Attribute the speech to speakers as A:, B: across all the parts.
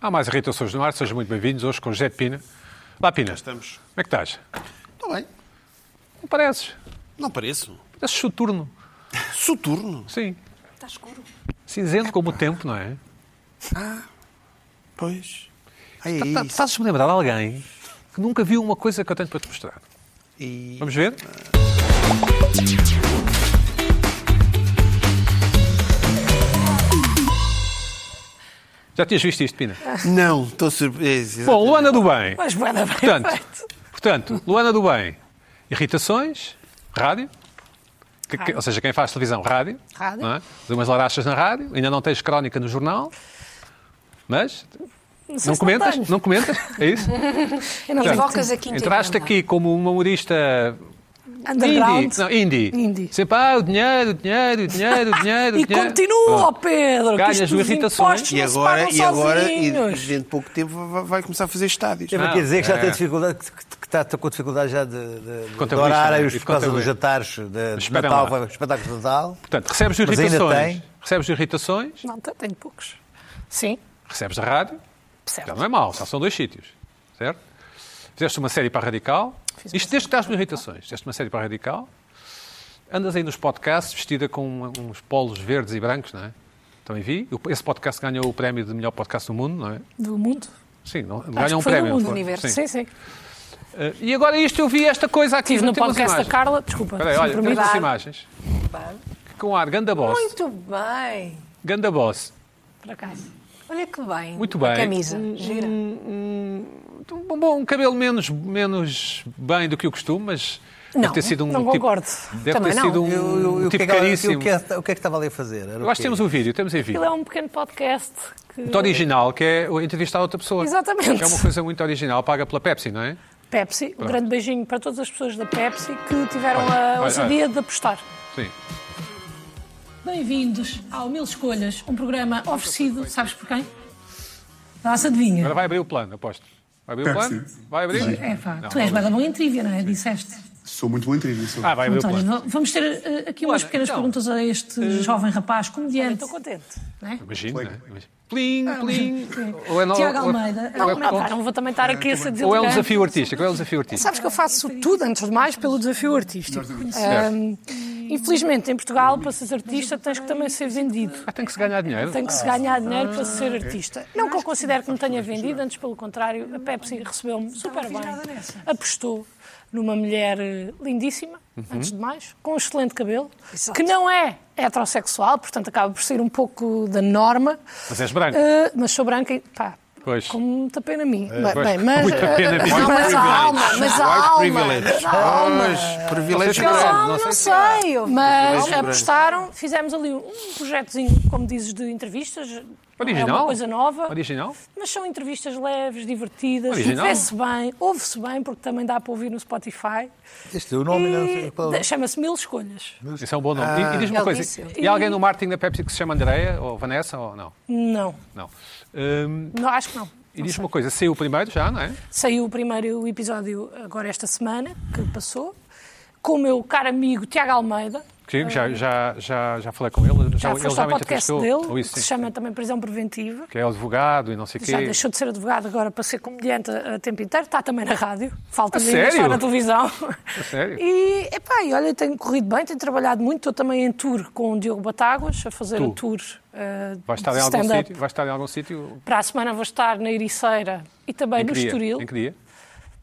A: Há mais irritações no ar, sejam muito bem-vindos hoje com José de Pina. Lá, Pina, como
B: Estamos.
A: é que estás?
B: Está Tá bem.
A: Não pareces.
B: Não pareço.
A: Pareces soturno.
B: Soturno.
A: Sim.
C: Está escuro.
A: Cinzento como o tempo, não é?
B: Ah, Pois. Ai,
A: Tá- tá-
B: É isso.
A: Estás-me a lembrar de alguém que nunca viu uma coisa que eu tenho para te mostrar.
B: E-
A: Vamos ver? Já tinhas visto isto, Pina?
C: Ah.
B: Não, estou é surpreso.
A: Bom, Luana do Bem.
C: Mas bué da bem
A: Portanto,
C: feito.
A: portanto, Luana do Bem, irritações, rádio, que- que- ou seja, quem faz televisão, rádio,
C: Rádio.
A: não é? Fazer umas larachas na rádio, ainda não tens crónica no jornal, mas
C: sei
A: não
C: se
A: comentas,
C: tenho.
A: não comentas, é isso?
C: Eu não é?
A: Portanto,
C: invocas a quinta
A: Entraste
C: emenda.
A: aqui como uma humorista
C: Underground.
A: Indie. Não, indie.
C: Indie.
A: Sempre, ah, o dinheiro, o dinheiro, o dinheiro, o dinheiro. o
C: E
A: dinheiro.
C: continua,
A: Pronto.
C: Pedro.
A: Ganhas
C: que isto
A: o
C: dos
A: irritações.
C: impostos
B: E
C: não se
B: agora,
C: pagam
B: e agora, e
C: sozinhos.
B: dentro de pouco tempo vai, vai começar a fazer estádios.
A: Ah,
D: Teve aqui a dizer que já
A: é.
D: tem dificuldade, que, que está com dificuldade já de, de, de
A: Contabilista,
D: adorar
A: não é?
D: os-
A: E
D: por causa dos
A: contabilista.
D: jantares de, de
A: espera
D: Natal,
A: lá.
D: vai- espetáculos de Natal.
A: Portanto, recebes
D: Mas ainda
A: irritações,
D: tem.
A: recebes irritações,
C: Não, te- tenho poucos. Sim,
A: recebes a rádio, já
C: certo.
A: não é mau, só são dois sítios, certo? Fizeste uma série para a Radical,
C: Fiz uma
A: isto desde que estás com irritações, fizeste uma série para a Radical, andas aí nos podcasts vestida com um, uns polos verdes e brancos, não é? Também vi, O- esse podcast ganhou o prémio de melhor podcast do mundo, não é?
C: Do mundo.
A: Sim, não,
C: Acho
A: ganhou um
C: que foi
A: prémio.
C: do mundo,
A: não foi?
C: universo.
A: Sim.
C: Sim, sim.
A: Eh, E agora isto, eu vi esta coisa aqui.
C: Estive
A: não
C: no
A: temos
C: podcast da
A: imagens.
C: Carla. Desculpa,
A: Espera aí,
C: se me
A: olha, temos
C: permites.
A: as imagens. Que Com ar, ganda boss.
C: Muito bem.
A: Ganda boss.
C: Por acaso. Olha que bem.
A: Muito bem.
C: A camisa. Gira.
A: Um, bom, um cabelo menos, menos bem do que o costume, mas deve
C: Não,
A: ter sido um
C: não
A: tipo,
C: concordo.
A: Deve
C: Também
A: ter
C: não.
A: sido um,
D: Eu- eu- eu-
A: um
D: o, que
A: tipo
D: é que, ela-
A: caríssimo.
D: o, que é, o que é que estava ali a fazer? Era o
A: Eu acho que
D: quê?
A: temos o vídeo, temos em vídeo.
C: Aquilo é um pequeno podcast. Que...
A: Muito original, que é entrevistar outra pessoa.
C: Exatamente.
A: É uma coisa muito original, paga pela Pepsi, não é?
C: Pepsi. Um grande beijinho para todas as pessoas da Pepsi que tiveram a
A: olha,
C: ousadia de apostar.
A: Sim.
E: Bem-vindos ao Mil Escolhas, um programa oferecido, sabes por quem? Nossa, adivinha.
A: Agora vai abrir o plano, aposto. Vai abrir o plano? Vai abrir?
E: É pá, tu és bada bom em trivia, não é? Disseste.
F: Sou muito bom em trivia, sou.
A: Ah, vai abrir o
E: António,
A: plano.
E: va- vamos ter eh, aqui umas
A: Olha,
E: pequenas
A: então,
E: perguntas a este jovem rapaz comediante.
C: Estou contente.
A: Imagino, não é? Imagino. Plim, plim. Ou é no-
E: Ah, Tiago
A: ou-
E: Almeida.
A: ou é-
E: Não,
C: Não, pá, não vou também estar aqui a
A: Ou
C: ser
A: é um
C: deselegante.
A: desafio artístico, ou é um desafio artístico.
C: Sabes que eu faço tudo, antes de mais, pelo desafio artístico. Ahm, infelizmente, em Portugal, para seres artista, tens que também ser vendido.
A: Ah, tem que se ganhar dinheiro.
C: Tem que se ganhar dinheiro para ser artista. Não que eu considere que me tenha vendido, antes pelo contrário, a Pepsi recebeu-me super bem. Apostou numa mulher eh, lindíssima, antes de mais, com um excelente cabelo,
G: Exato.
C: que não é heterossexual, portanto acaba por ser um pouco da norma.
A: Mas és branco.
C: Eh, mas sou branca e pá,
A: Pois.
C: com muita pena a mim.
A: pois,
C: Ah, Bem, mas, ah,
A: muita pena a mim.
C: não, mas a alma, mas a
B: White
C: alma.
B: privilege. Mas privilégios
A: Não sei se é.
B: grandes.
G: Não,
A: sei
G: não
A: se é.
G: sei. eu-
C: Mas
B: Privilégio
C: apostaram, fizemos ali um projetozinho, como dizes, de entrevistas.
A: Original.
C: É uma coisa nova.
A: Original?
C: Mas são entrevistas leves, divertidas,
A: Original.
C: vê-se bem, ouve-se bem, porque também dá para ouvir no Spotify.
A: um-
D: Este é o nome, não sei
C: E
D: qual é.
C: de- chama-se Mil Escolhas.
A: Isso é um bom nome. E- e, diz-me
C: Ah.
A: uma
G: ele
A: coisa.
G: disse.
A: E há alguém no marketing da Pepsi que se chama Andreia ou Vanessa ou não?
C: Não,
A: Não. Hum,
C: não acho que não.
A: e diz-me uma coisa. Saiu o primeiro já, não é?
C: Saiu o primeiro episódio agora esta semana, que passou, com o meu caro amigo Tiago Almeida.
A: Sim, já, já, já, já falei com ele.
C: Ah. Já
A: Então, ele
C: foste ao
A: me
C: podcast
A: entrevistou.
C: dele,
A: Ou isso,
C: que se
A: sim.
C: chama também Prisão Preventiva.
A: Que é o advogado e não sei o quê.
C: Já deixou de ser advogado agora para ser comediante a a tempo inteiro, está também na rádio, falta
A: A
C: de ainda estar
A: sério?
C: na televisão.
A: sério?
C: E, epá, e olha, tenho corrido bem, tenho trabalhado muito, estou também em tour com o Diogo Batáguas, a fazer
A: Tu?
C: o tour eh,
A: Vai estar
C: de
A: em algum
C: stand-up.
A: sítio? Vai estar em algum sítio?
C: Para a semana vou estar na Ericeira e também
A: Em que
C: no
A: dia?
C: Estoril,
A: Em que dia?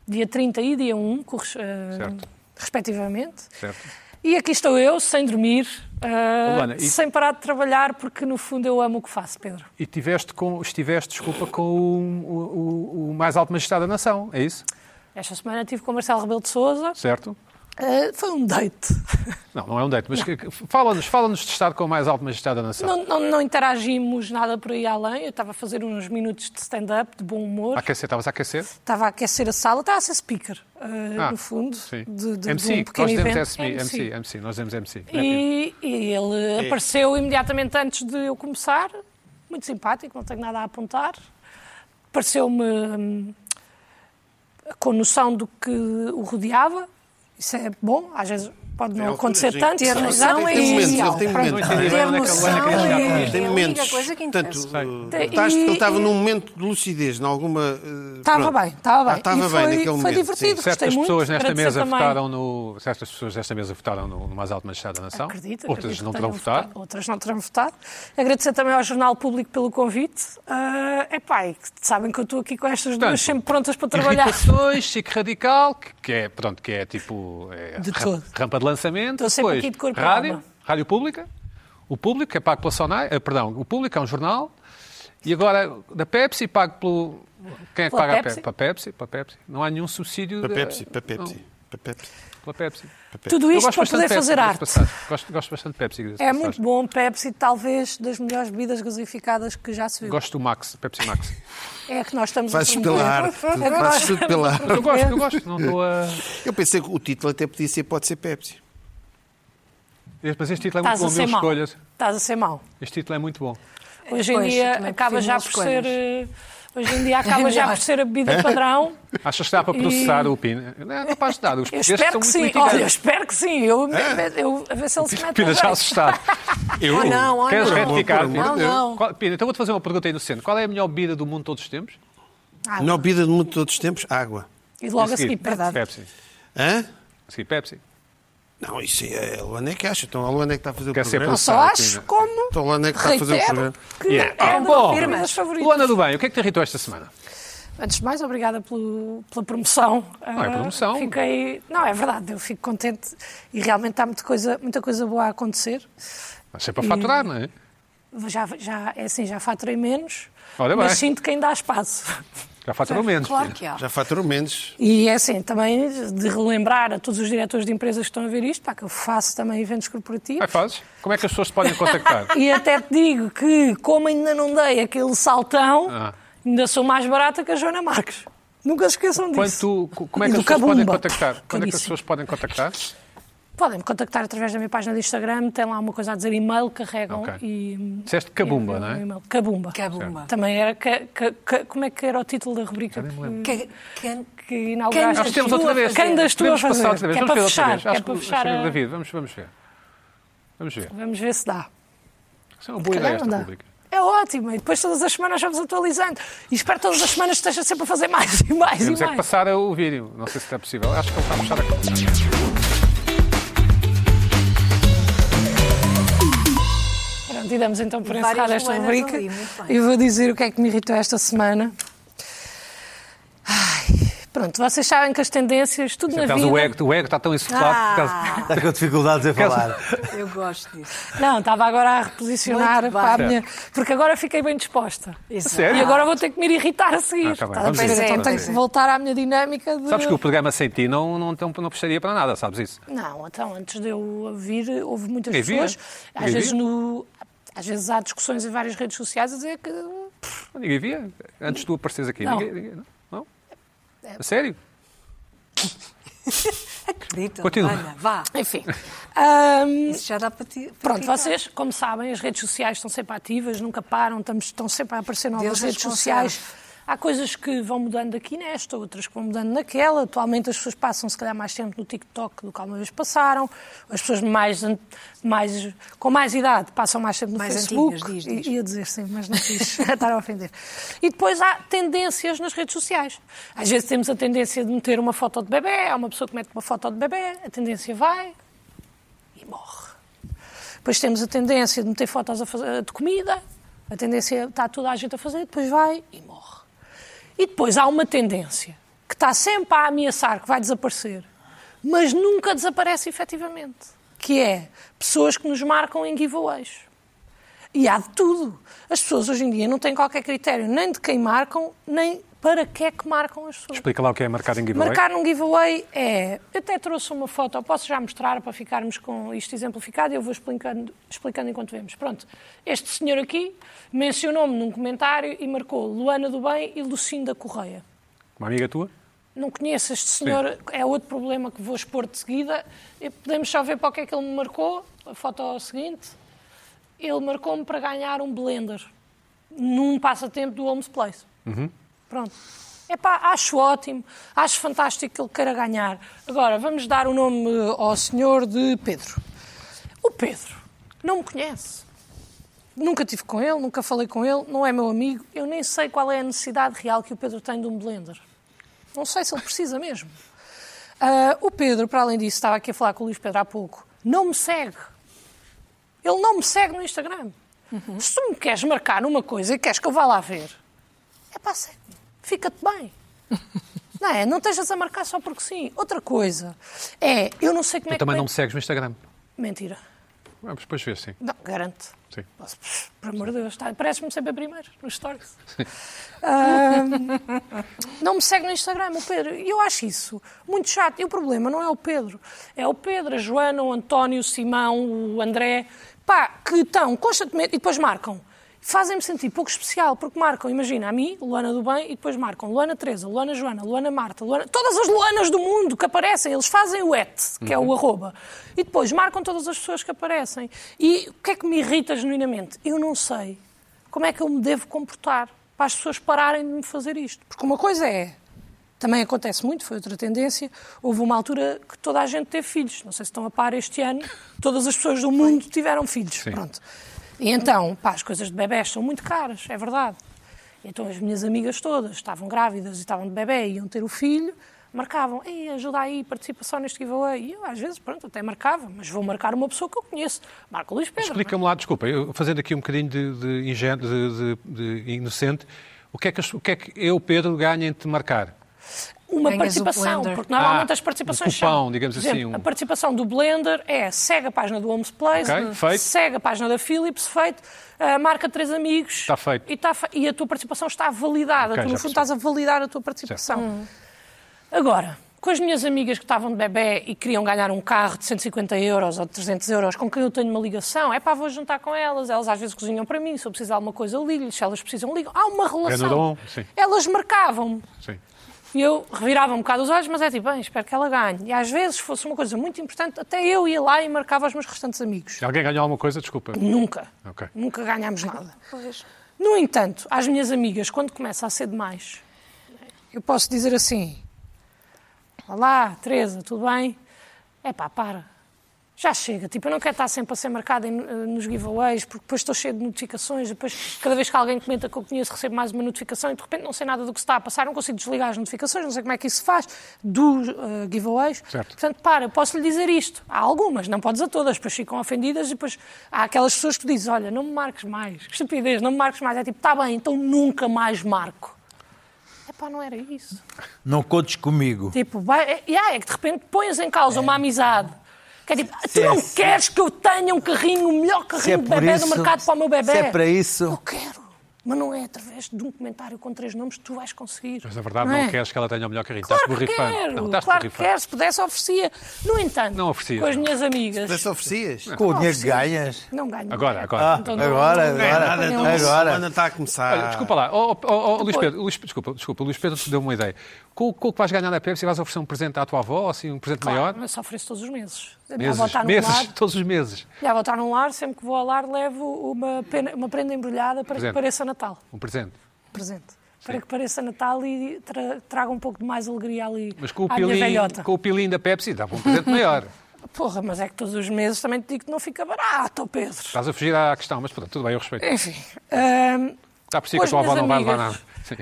C: dia 30 e dia 1, corres- eh,
A: Certo.
C: respectivamente.
A: Certo.
C: E aqui estou eu, sem dormir, eh,
A: Luana, e-
C: sem parar de trabalhar, porque no fundo eu amo o que faço, Pedro.
A: E tiveste com, estiveste, desculpa, com o, o- o- o mais alto magistrado da nação, é isso?
C: Esta semana estive com o Marcelo Rebelo de Sousa,
A: Certo?
C: foi um date.
A: Não, não é um date, mas que- que- fala-nos fala de estar com o mais alto magistrado da nação.
C: Não, não- não interagimos nada por aí além. Eu estava a fazer uns minutos de stand-up, de bom humor.
A: Aquecer, estavas a aquecer?
C: Estava a aquecer a sala. Estava a ser speaker, eh,
A: Ah,
C: no fundo,
A: Sim.
C: de, de,
A: MC,
C: de um
A: nós
C: pequeno
A: dizemos
C: evento.
A: SME, MC,
C: MC.
A: MC, nós dizemos MC.
C: E, e
B: É.
C: ele apareceu imediatamente antes de eu começar. Muito simpático, não tenho nada a apontar. Pareceu-me hum, com noção do que o rodeava. Isso é bom. Às vezes Pode
B: Tem
C: não
B: alturas
C: acontecer
B: em-
C: tanto,
E: Ter
C: mas
E: noção
C: é
E: é
B: Tem momentos,
C: essencial.
B: ele tem
A: Não
B: momentos.
A: entendi bem
C: Ter
A: onde é que ele onde é que ele
C: noção
A: chega
C: é-
A: com isto.
B: Tem
F: a única
B: momentos.
F: coisa que
B: Portanto,
F: interessa.
B: uh,
C: Tem-
B: notaste que
C: e-
B: ele estava
C: e-
B: num momento de lucidez, em alguma. uh,
C: Estava
B: pronto.
C: bem, estava bem.
B: Ah, Estava
C: E
B: bem
C: foi,
B: naquele
C: foi
B: momento. sim.
C: divertido, gostei
A: Certas
C: muito.
A: pessoas nesta
C: Agradecer
A: mesa
C: também.
A: votaram no. Certas pessoas desta mesa votaram no, no mais alto magistrado da nação.
C: Acredito,
A: Outras
C: acredito
A: não
C: que
A: terão
C: tenham
A: votado.
C: votado. Outras não terão votado. Agradecer também ao Jornal Público pelo convite. É epá, e que sabem que eu estou aqui com estas
A: Portanto,
C: duas sempre prontas para trabalhar.
A: Irritações, chique radical, que, que é, pronto, que é tipo é,
C: De
A: ra-
C: todo.
A: rampa de lançamento.
C: Estou sempre
A: Depois,
C: aqui de corpo e
A: rádio,
C: alma.
A: rádio pública. O público que é pago pela Sonai, eh, perdão, o público é um jornal. E agora da Pepsi pago pelo quem é que
C: Pela
A: paga
C: Pepsi?
A: a Pepsi? Para Pepsi, para Pepsi. Não há nenhum subsídio
B: Para
A: da-
B: Pepsi, para
A: Não,
B: Pepsi. Para Pepsi.
A: pela Pepsi.
C: Tudo
A: Eu
C: isto
A: gosto
C: para
A: bastante
C: poder
A: de Pepsi,
C: fazer
A: diga-se
C: arte.
A: de passagem. Gosto, gosto bastante de Pepsi. diga-se de
C: É
A: passagem.
C: muito bom, Pepsi, talvez das melhores bebidas gaseificadas que já se viu.
A: Gosto do Max, Pepsi Max.
C: É a que nós estamos
B: Fazes
C: a
B: pela
C: promover.
B: arte.
C: É que nós
B: Fazes tudo pela arte.
A: Eu gosto, eu gosto. Não estou a...
B: Eu pensei que o título até podia ser Pode ser Pepsi.
A: Mas este título é muito
C: Estás
A: bom,
C: a
A: mil
C: ser mau.
A: escolhas.
C: Estás a ser mau.
A: Este título é muito bom.
C: Hoje em
F: Pois, eu
C: dia
F: também
C: acaba
F: prefiro
C: já
F: mil
C: por ser.
F: escolhas. É
C: eh, Hoje em dia acaba já por ser a
A: É?
C: bebida padrão.
A: Achas que dá para processar o PIN? Não, é capaz de dar. Os
C: Eu
A: portugueses
C: espero
A: são
C: que
A: muito
C: sim. Olha, é eu
A: litigantes.
C: espero que sim. Eu, eu- a ver se ele se mete.
A: Pina já
C: agora.
A: assustado. Eu?
F: Oh, não, oh,
A: Queres
F: não.
A: retificar?
B: Por amor
F: de Deus. Não, não.
A: Pina, então vou-te fazer uma pergunta inocente. Qual é a melhor bebida do mundo de todos os tempos?
C: Ah,
B: Não bebida de mundo de todos os tempos, água.
C: E logo a seguir,
A: Pepsi.
C: perdão.
A: Pepsi.
B: Hã?
A: A seguir, Pepsi.
B: Não, isso é. A Luana é que acha. Então a Luana é que está a fazer o
A: Quer ser
B: programa.
C: Não só acho como.
B: Então a Luana é que está a fazer o
C: Reitero
B: programa.
C: que
A: Yeah.
C: é
A: Ah,
C: uma
A: bom.
C: das minhas favoritas.
A: Luana do Bem, o que é que te irritou esta semana?
C: Antes de mais, obrigada pelo- pela promoção.
A: Não é
C: Ah,
A: promoção.
C: Fiquei... Não, é verdade, eu fico contente e realmente há muita coisa, muita coisa boa a acontecer.
A: Mas sempre a faturar, não é?
C: Já, já, é assim, já faturei menos,
A: Ora bem.
C: mas sinto que ainda há espaço.
A: Já faturou menos.
F: Claro
A: Pina.
F: que há.
B: Já faturou menos.
C: E é assim, também de relembrar a todos os diretores de empresas que estão a ver isto, pá, que eu faço também eventos corporativos.
A: Vai, fazes? Como é que as pessoas te podem contactar?
C: E até te digo que, como ainda não dei aquele saltão,
A: Ah.
C: ainda sou mais barata que a Joana Marques. Nunca se esqueçam
A: Quando
C: disso.
A: tu- co- como é que
C: E do
A: as pessoas podem
C: Cabumba.
A: contactar? Quando é que as
C: Caríssimo.
A: pessoas podem contactar?
C: Podem-me contactar através da minha página do Instagram, tem lá uma coisa a dizer e-mail, carregam
A: Ok.
C: e. um
A: Disseste Cabumba, não é?
C: e-mail. Cabumba.
F: Cabumba.
C: Também era. ca- ca- ca- como é que era o título da rubrica?
F: Que- que-
C: Que inauguraste.
F: Nós temos outra vez.
C: Quem das tu a
A: Podemos
C: fazer?
A: passar outra vez.
C: Que é
A: vamos ver outra
C: para fechar.
A: vez.
C: que é
A: Acho
C: para
A: que
C: fechar. a-
A: David, vamos, vamos ver. Vamos ver.
C: Vamos ver se dá.
A: Isso é uma boa ideia esta
C: Caramba.
A: rubrica.
C: É ótimo, e depois todas as semanas vamos atualizando. E espero que todas as semanas esteja sempre a fazer mais e mais
A: Temos
C: e
A: é que
C: mais.
A: passar o vídeo. Não sei se é possível. Acho que ele está a puxar a câmera.
C: Pronto, e damos então por
F: Várias
C: encerrar esta
F: Luanas
C: rubrica.
F: ali, muito bem.
C: e vou dizer o que é que me irritou esta semana. Ai, pronto, vocês sabem que as tendências, tudo na
A: Estás
C: vida.
A: o ego, o ego está tão insuflado. que estás-
F: Ah,
D: Está Tá com dificuldades em falar.
F: eu gosto disso.
C: Não, estava agora a reposicionar
F: Muito
C: para a
F: bem.
C: minha. Porque agora fiquei bem disposta.
A: Sério?
C: E agora vou ter que me ir irritar a seguir.
A: Ah, tá bem,
C: Estás a
A: vamos
C: perceber?
F: ver,
C: então
F: vamos
C: tenho
F: ver.
C: que voltar à minha dinâmica de.
A: Sabes que o programa sem ti não, não, não, não prestaria para nada, sabes isso?
C: Não, então, antes de eu vir, houve muitas
A: Ninguém via.
C: pessoas, às
A: Ninguém
C: vezes,
A: via.
C: no, às vezes há discussões em várias redes sociais a dizer que.
A: Ninguém via. Antes de tu apareceres aqui.
C: Não.
A: Ninguém, ninguém- não? não? A sério?
F: Acredito.
A: Continua.
F: Ana, vá.
C: Enfim. Ahm,
F: Isso já dá para ti. para
C: pronto,
F: ficar.
C: vocês, como sabem, as redes sociais estão sempre ativas, nunca param, estamos, estão sempre a aparecer novas
F: Deus as
C: redes sociais.
F: conserve.
C: Há coisas que vão mudando aqui nesta, outras que vão mudando naquela. Atualmente as pessoas passam, se calhar, mais tempo no TikTok do que alguma vez passaram. As pessoas mais, an- mais, com mais idade passam mais tempo no
F: Mais
C: Facebook.
F: antigas, diz,
C: E-
F: diz.
C: Ia dizer sim, mas não quis estar a ofender. E depois há tendências nas redes sociais. Às vezes temos a tendência de meter uma foto de bebê, há uma pessoa que mete uma foto de bebê, a tendência vai e morre. Depois temos a tendência de meter fotos a fazer- de comida, a tendência está toda a gente a fazer, depois vai e morre. E depois há uma tendência que está sempre a ameaçar que vai desaparecer, mas nunca desaparece efetivamente, que é pessoas que nos marcam em giveaways. E há de tudo. As pessoas hoje em dia não têm qualquer critério, nem de quem marcam, nem para que é que marcam as pessoas.
A: Explica lá o que é marcado em giveaway.
C: Marcar um giveaway é. Eu até trouxe uma foto, eu posso já mostrar para ficarmos com isto exemplificado e eu vou explicando, explicando enquanto vemos. Pronto, este senhor aqui mencionou-me num comentário e marcou Luana do Bem e Lucinda Correia.
A: Uma amiga tua?
C: Não conheço este senhor, é outro problema que vou expor de seguida. E Podemos só ver para o que é que ele me marcou, a foto seguinte. Ele marcou-me para ganhar um blender num passatempo do Homes Place. Pronto. Epá, acho ótimo, acho fantástico que ele queira ganhar. Agora, vamos dar o nome ao senhor de Pedro. O Pedro não me conhece. Nunca tive com ele, nunca falei com ele, não é meu amigo. Eu nem sei qual é a necessidade real que o Pedro tem de um blender. Não sei se ele precisa mesmo. Ah, o Pedro, para além disso, estava aqui a falar com o Luís Pedro há pouco, não me segue. Ele não me segue no Instagram. Se tu me queres marcar numa coisa e queres que eu vá lá ver, é pá, segue-me. Fica-te bem. Não é? Não estejas a marcar só porque sim. Outra coisa é, eu não sei como
A: Tu
C: é que.
A: também não
C: vai-
A: me segues no Instagram.
C: Mentira.
A: Vamos depois ver, sim.
C: Não, garanto.
A: sim.
C: Posso, pff, por amor de Deus, tá, parece-me sempre a primeiro nos stories. Ahm, não me segue no Instagram, o Pedro. E eu acho isso muito chato. E o problema não é o Pedro, é o Pedro, a Joana, o António, o Simão, o André, pá, que estão constantemente e depois marcam. Fazem-me sentir pouco especial, porque marcam, imagina, a mim, Luana do Bem, e depois marcam Luana Teresa, Luana Joana, Luana Marta, Luana... todas as Luanas do mundo que aparecem, eles fazem o et, que é o arroba, e depois marcam todas as pessoas que aparecem. E o que é que me irrita genuinamente? Eu não sei como é que eu me devo comportar para as pessoas pararem de me fazer isto. Porque uma coisa é, também acontece muito, foi outra tendência, houve uma altura que toda a gente teve filhos. Não sei se estão a par este ano, todas as pessoas do mundo tiveram filhos. Pronto. E então, pá, as coisas de bebés são muito caras, é verdade. Então as minhas amigas todas estavam grávidas e estavam de bebê e iam ter o filho, marcavam, Ei, ajuda aí, participa só neste giveaway. E eu, às vezes, pronto, até marcava, mas vou marcar uma pessoa que eu conheço. Marco Luís Pedro.
A: Explica-me lá, desculpa, eu fazendo aqui um bocadinho de, de ingênuo, de, de- de inocente, o que, é que, as- o que é que eu, Pedro, ganho em te marcar?
C: uma
F: Ganhas o
C: participação,
F: Blender.
C: porque normalmente
A: Ah,
C: as participações
A: um cupão,
C: são,
A: digamos
C: por exemplo,
A: assim, um-
C: A participação do Blender é segue a página do Homes Place, eh,
A: Ok, feito.
C: segue a página da Philips, feito, ah, marca três amigos.
A: Está feito.
C: E, está fe- e a tua participação está validada.
A: Ok,
C: tu,
A: já
C: no fundo, estás a validar a tua participação. Hum. Agora, com as minhas amigas que estavam de bebê e queriam ganhar um carro de 150 euros ou de 300 euros, com quem eu tenho uma ligação, é pá, vou jantar com elas. Elas às vezes cozinham para mim, se eu precisar de alguma coisa, eu ligo-lhes. Se elas precisam, ligam. Há uma relação.
A: dom, um, sim.
C: Elas marcavam-me.
A: Sim.
C: E eu revirava um bocado os olhos, mas é tipo, bem, espero que ela ganhe. E às vezes, se fosse uma coisa muito importante, até eu ia lá e marcava os meus restantes amigos.
A: Alguém ganhou alguma coisa? Desculpa.
C: Nunca.
A: Ok.
C: Nunca ganhámos nada.
F: Pois.
C: No entanto, às minhas amigas, quando começa a ser demais, eu posso dizer assim: Olá, Teresa, tudo bem? É pá, para. Já chega, tipo, eu não quero estar sempre a ser marcada em- eh, nos giveaways, porque depois estou cheio de notificações, depois cada vez que alguém comenta que eu conheço recebo mais uma notificação e de repente não sei nada do que se está a passar, não consigo desligar as notificações, não sei como é que isso se faz, dos eh, giveaways.
A: Certo.
C: Portanto, para, eu posso lhe dizer isto. Há algumas, não podes a todas, depois ficam ofendidas e depois há aquelas pessoas que tu dizes, olha, não me marques mais, que estupidez, não me marques mais. É tipo, está bem, então nunca mais marco. É pá, não era isso.
D: Não contes comigo.
C: Tipo, vai, é, yeah, é que de repente pões em causa uma amizade. Que é tipo, tu
D: é
C: não
D: assim-
C: queres que eu tenha um carrinho, o melhor carrinho
D: Se é
C: de
D: por
C: um bebê
D: isso-
C: do mercado para o meu bebê?
D: se é para isso-
C: Eu quero. Mas não é através de um comentário com três nomes que tu vais conseguir.
A: Mas na verdade
C: Não
A: não,
C: é?
A: queres que ela tenha o melhor carrinho.
C: Claro
A: estás
C: que
A: borrifando.
C: quero,
A: Não, estás
C: claro que
A: borrifando.
C: quero, se pudesse oferecia. No entanto,
A: Não oferecias,
C: com as
A: não.
C: minhas amigas,
B: Mas oferecias?
D: Com o dinheiro que ganhas.
C: não ganho.
A: Agora, agora.
D: Ah,
C: Então não-
D: agora,
B: Não é nada,
D: agora,
B: então, A
D: agora.
B: semana está a começar.
A: Olha, desculpa lá, oh, oh, oh, oh, Luís Pedro, Luís, desculpa, desculpa, Luís Pedro te deu uma ideia. Com, com o que vais ganhar na Pepsi, vais oferecer um presente à tua avó, assim, um presente
C: Claro,
A: maior?
C: mas só ofereço todos os meses. A minha avó
A: Meses,
C: está num
A: meses,
C: lado.
A: todos os meses.
C: Minha avó está num lar, sempre que vou ao lar levo uma, pena- uma prenda embrulhada para que
A: Presente.
C: pareça Natal.
A: Um presente.
C: presente. Para que pareça Natal e tra- traga um pouco de mais alegria ali
A: Mas com o,
C: à minha
A: pilinho,
C: velhota.
A: com o pilinho da Pepsi, dava um presente maior.
C: Porra, mas é que todos os meses também te digo que não fica barato, ó Pedro.
A: Estás a fugir à questão, mas pronto, tudo bem, eu respeito.
F: É.
C: Enfim, ahm,
A: Está por si
C: com
A: que a
C: as
A: tua avó
C: minhas
A: não vai levar nada.
C: amigas.
A: Sim.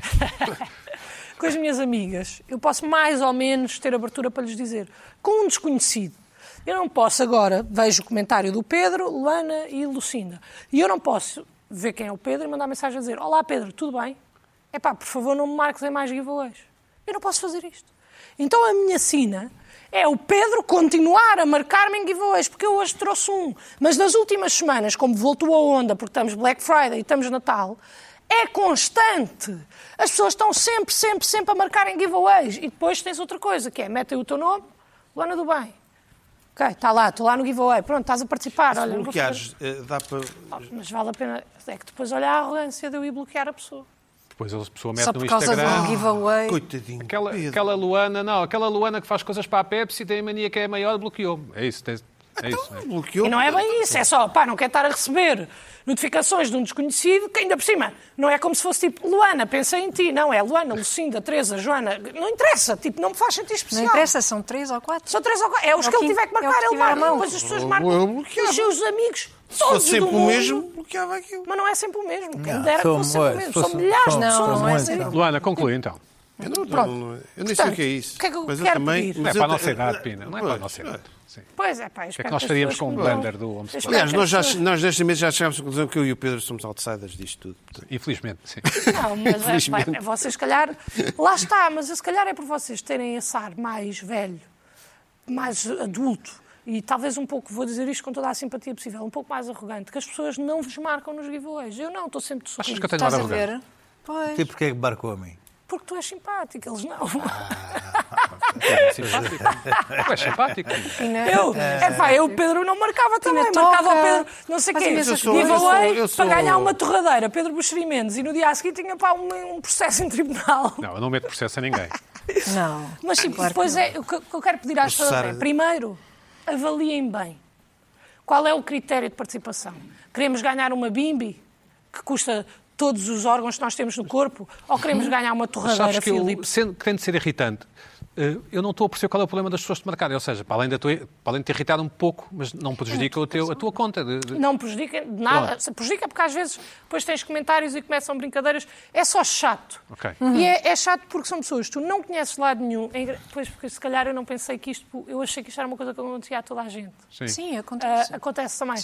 C: com as minhas amigas, eu posso mais ou menos ter abertura para lhes dizer. Com um desconhecido, eu não posso agora, vejo o comentário do Pedro, Luana e Lucinda, e eu não posso ver quem é o Pedro e mandar mensagem a dizer: Olá Pedro, tudo bem? É pá, por favor, não me marques em mais giveaways. Eu não posso fazer isto. Então a minha sina é o Pedro continuar a marcar-me em giveaways, porque eu hoje trouxe um. Mas nas últimas semanas, como voltou a onda, porque estamos Black Friday e estamos Natal, é constante. As pessoas estão sempre, sempre, sempre a marcar em giveaways. E depois tens outra coisa, que é metem o teu nome, Luana do Bem. Ok, está lá, estou lá no giveaway. Pronto, estás a participar. Olha, não vou
B: Bloqueares, eh, dá para.
C: fazer- Oh, Mas vale a pena. É que depois olha a arrogância de eu ir bloquear a pessoa.
A: Depois a pessoa mete
F: Só
A: no
F: por causa de
A: Instagram.
F: um giveaway.
B: Coitadinho.
A: Aquela,
B: Pedro.
A: aquela Luana, não, aquela Luana que faz coisas para a Pepsi tem a mania que é a maior, bloqueou-me. É isso, tens- É isso. é.
B: Bloqueou.
C: E não é bem
B: assim.
C: isso, é só, pá, não quer estar a receber notificações de um desconhecido que ainda por cima não é como se fosse tipo Luana, pensei em ti, não, é Luana, Lucinda, Teresa, Joana, não interessa, tipo, não me faz sentir especial.
F: Não interessa, são três ou quatro.
C: São três ou quatro, é os
F: É o
C: que ele
F: que-
C: tiver que
F: é o que
C: marcar, ele
F: tiver à
C: marca,
F: mão.
C: depois as pessoas
B: Eu-
C: marcam,
B: eu bloqueava.
C: os seus amigos,
B: Se
C: todos
B: fosse sempre
C: do
B: o
C: mundo.
B: mesmo, bloqueava aquilo.
C: Mas não é sempre o mesmo, quem
D: Não,
C: dera que
D: são
C: fosse sempre o
D: muitos,
C: mesmo,
D: fosse-
C: são milhares
D: são-
C: de
F: são
C: pessoas.
F: muitos.
C: é sempre-
A: Luana, conclui então.
B: Eu não, eu não- eu nem sei
C: Portanto,
B: o que é isso.
C: o que é que eu
B: mas
C: quero
B: eu também,
C: pedir?
A: Não é
B: mas
A: para a
B: eu-
A: nossa
B: eu-
A: idade, Pina. Não é para a nossa
B: Pois,
A: idade. Sim.
C: Pois é, pá, eu
A: que
C: espero
A: nós
C: as
A: faríamos
C: pessoas
A: com o
C: que vão-
A: blender do Homo
C: eu espero
B: Aliás,
C: que
B: nós
C: as
B: já,
C: pessoas-
B: nós neste mês já chegámos à conclusão que eu e o Pedro somos outsiders disto tudo. portanto.
A: Infelizmente, sim.
C: Não, mas é, pá,
B: Infelizmente.
C: é vocês, se calhar. Lá está, mas se calhar é por vocês terem esse ar mais velho, mais adulto. E talvez um pouco, vou dizer isto com toda a simpatia possível, um pouco mais arrogante, que as pessoas não vos marcam nos giveaways. Eu não, estou sempre de
A: Achas
C: sorriso.
A: que eu tenho
F: Estás
A: nada
F: a
A: arrogante?
F: ver? Pois.
D: E
A: Tipo-
D: porquê é que barcou a mim?
C: Porque tu és simpático, eles não.
A: Simpático. Tu és simpático.
C: Eu, é pá, eu, Pedro, não marcava também.
F: Tinha
C: marcava
F: toca,
C: o Pedro, não sei o
F: faz
C: quê,
F: imensas coisas.
C: giveaway
B: Eu sou- eu sou-
C: para ganhar uma torradeira, Pedro Buxeri Mendes. E no dia a seguir tinha pá, um, um processo em tribunal.
A: Não, eu não meto processo a ninguém.
F: Não.
C: Mas sim,
F: Claro que
C: depois é, o que o que eu quero pedir às pessoas é,
B: Sara-
C: primeiro, avaliem bem. Qual é o critério de participação? Queremos ganhar uma bimbi, que custa todos os órgãos que nós temos no corpo, ou queremos ganhar uma
A: Uhum. Sabes
C: torradeira,
A: que eu,
C: Filipe?
A: sendo, querendo ser irritante, eh, eu não estou a perceber qual é o problema das pessoas te marcarem. Ou seja, para além, da tua, para além de te irritar um pouco, mas não prejudica o teu, a tua conta. de- de-
C: Não prejudica de nada.
A: Claro.
C: Se Prejudica porque às vezes depois tens comentários e começam brincadeiras. É só chato.
A: Ok.
C: E é, é chato porque são pessoas que tu não conheces de lado nenhum. É engra- Pois, porque se calhar eu não pensei que isto... Eu achei que isto era uma coisa que acontecia a toda a gente.
A: Sim.
F: Sim, acontece.
C: Ah, acontece também.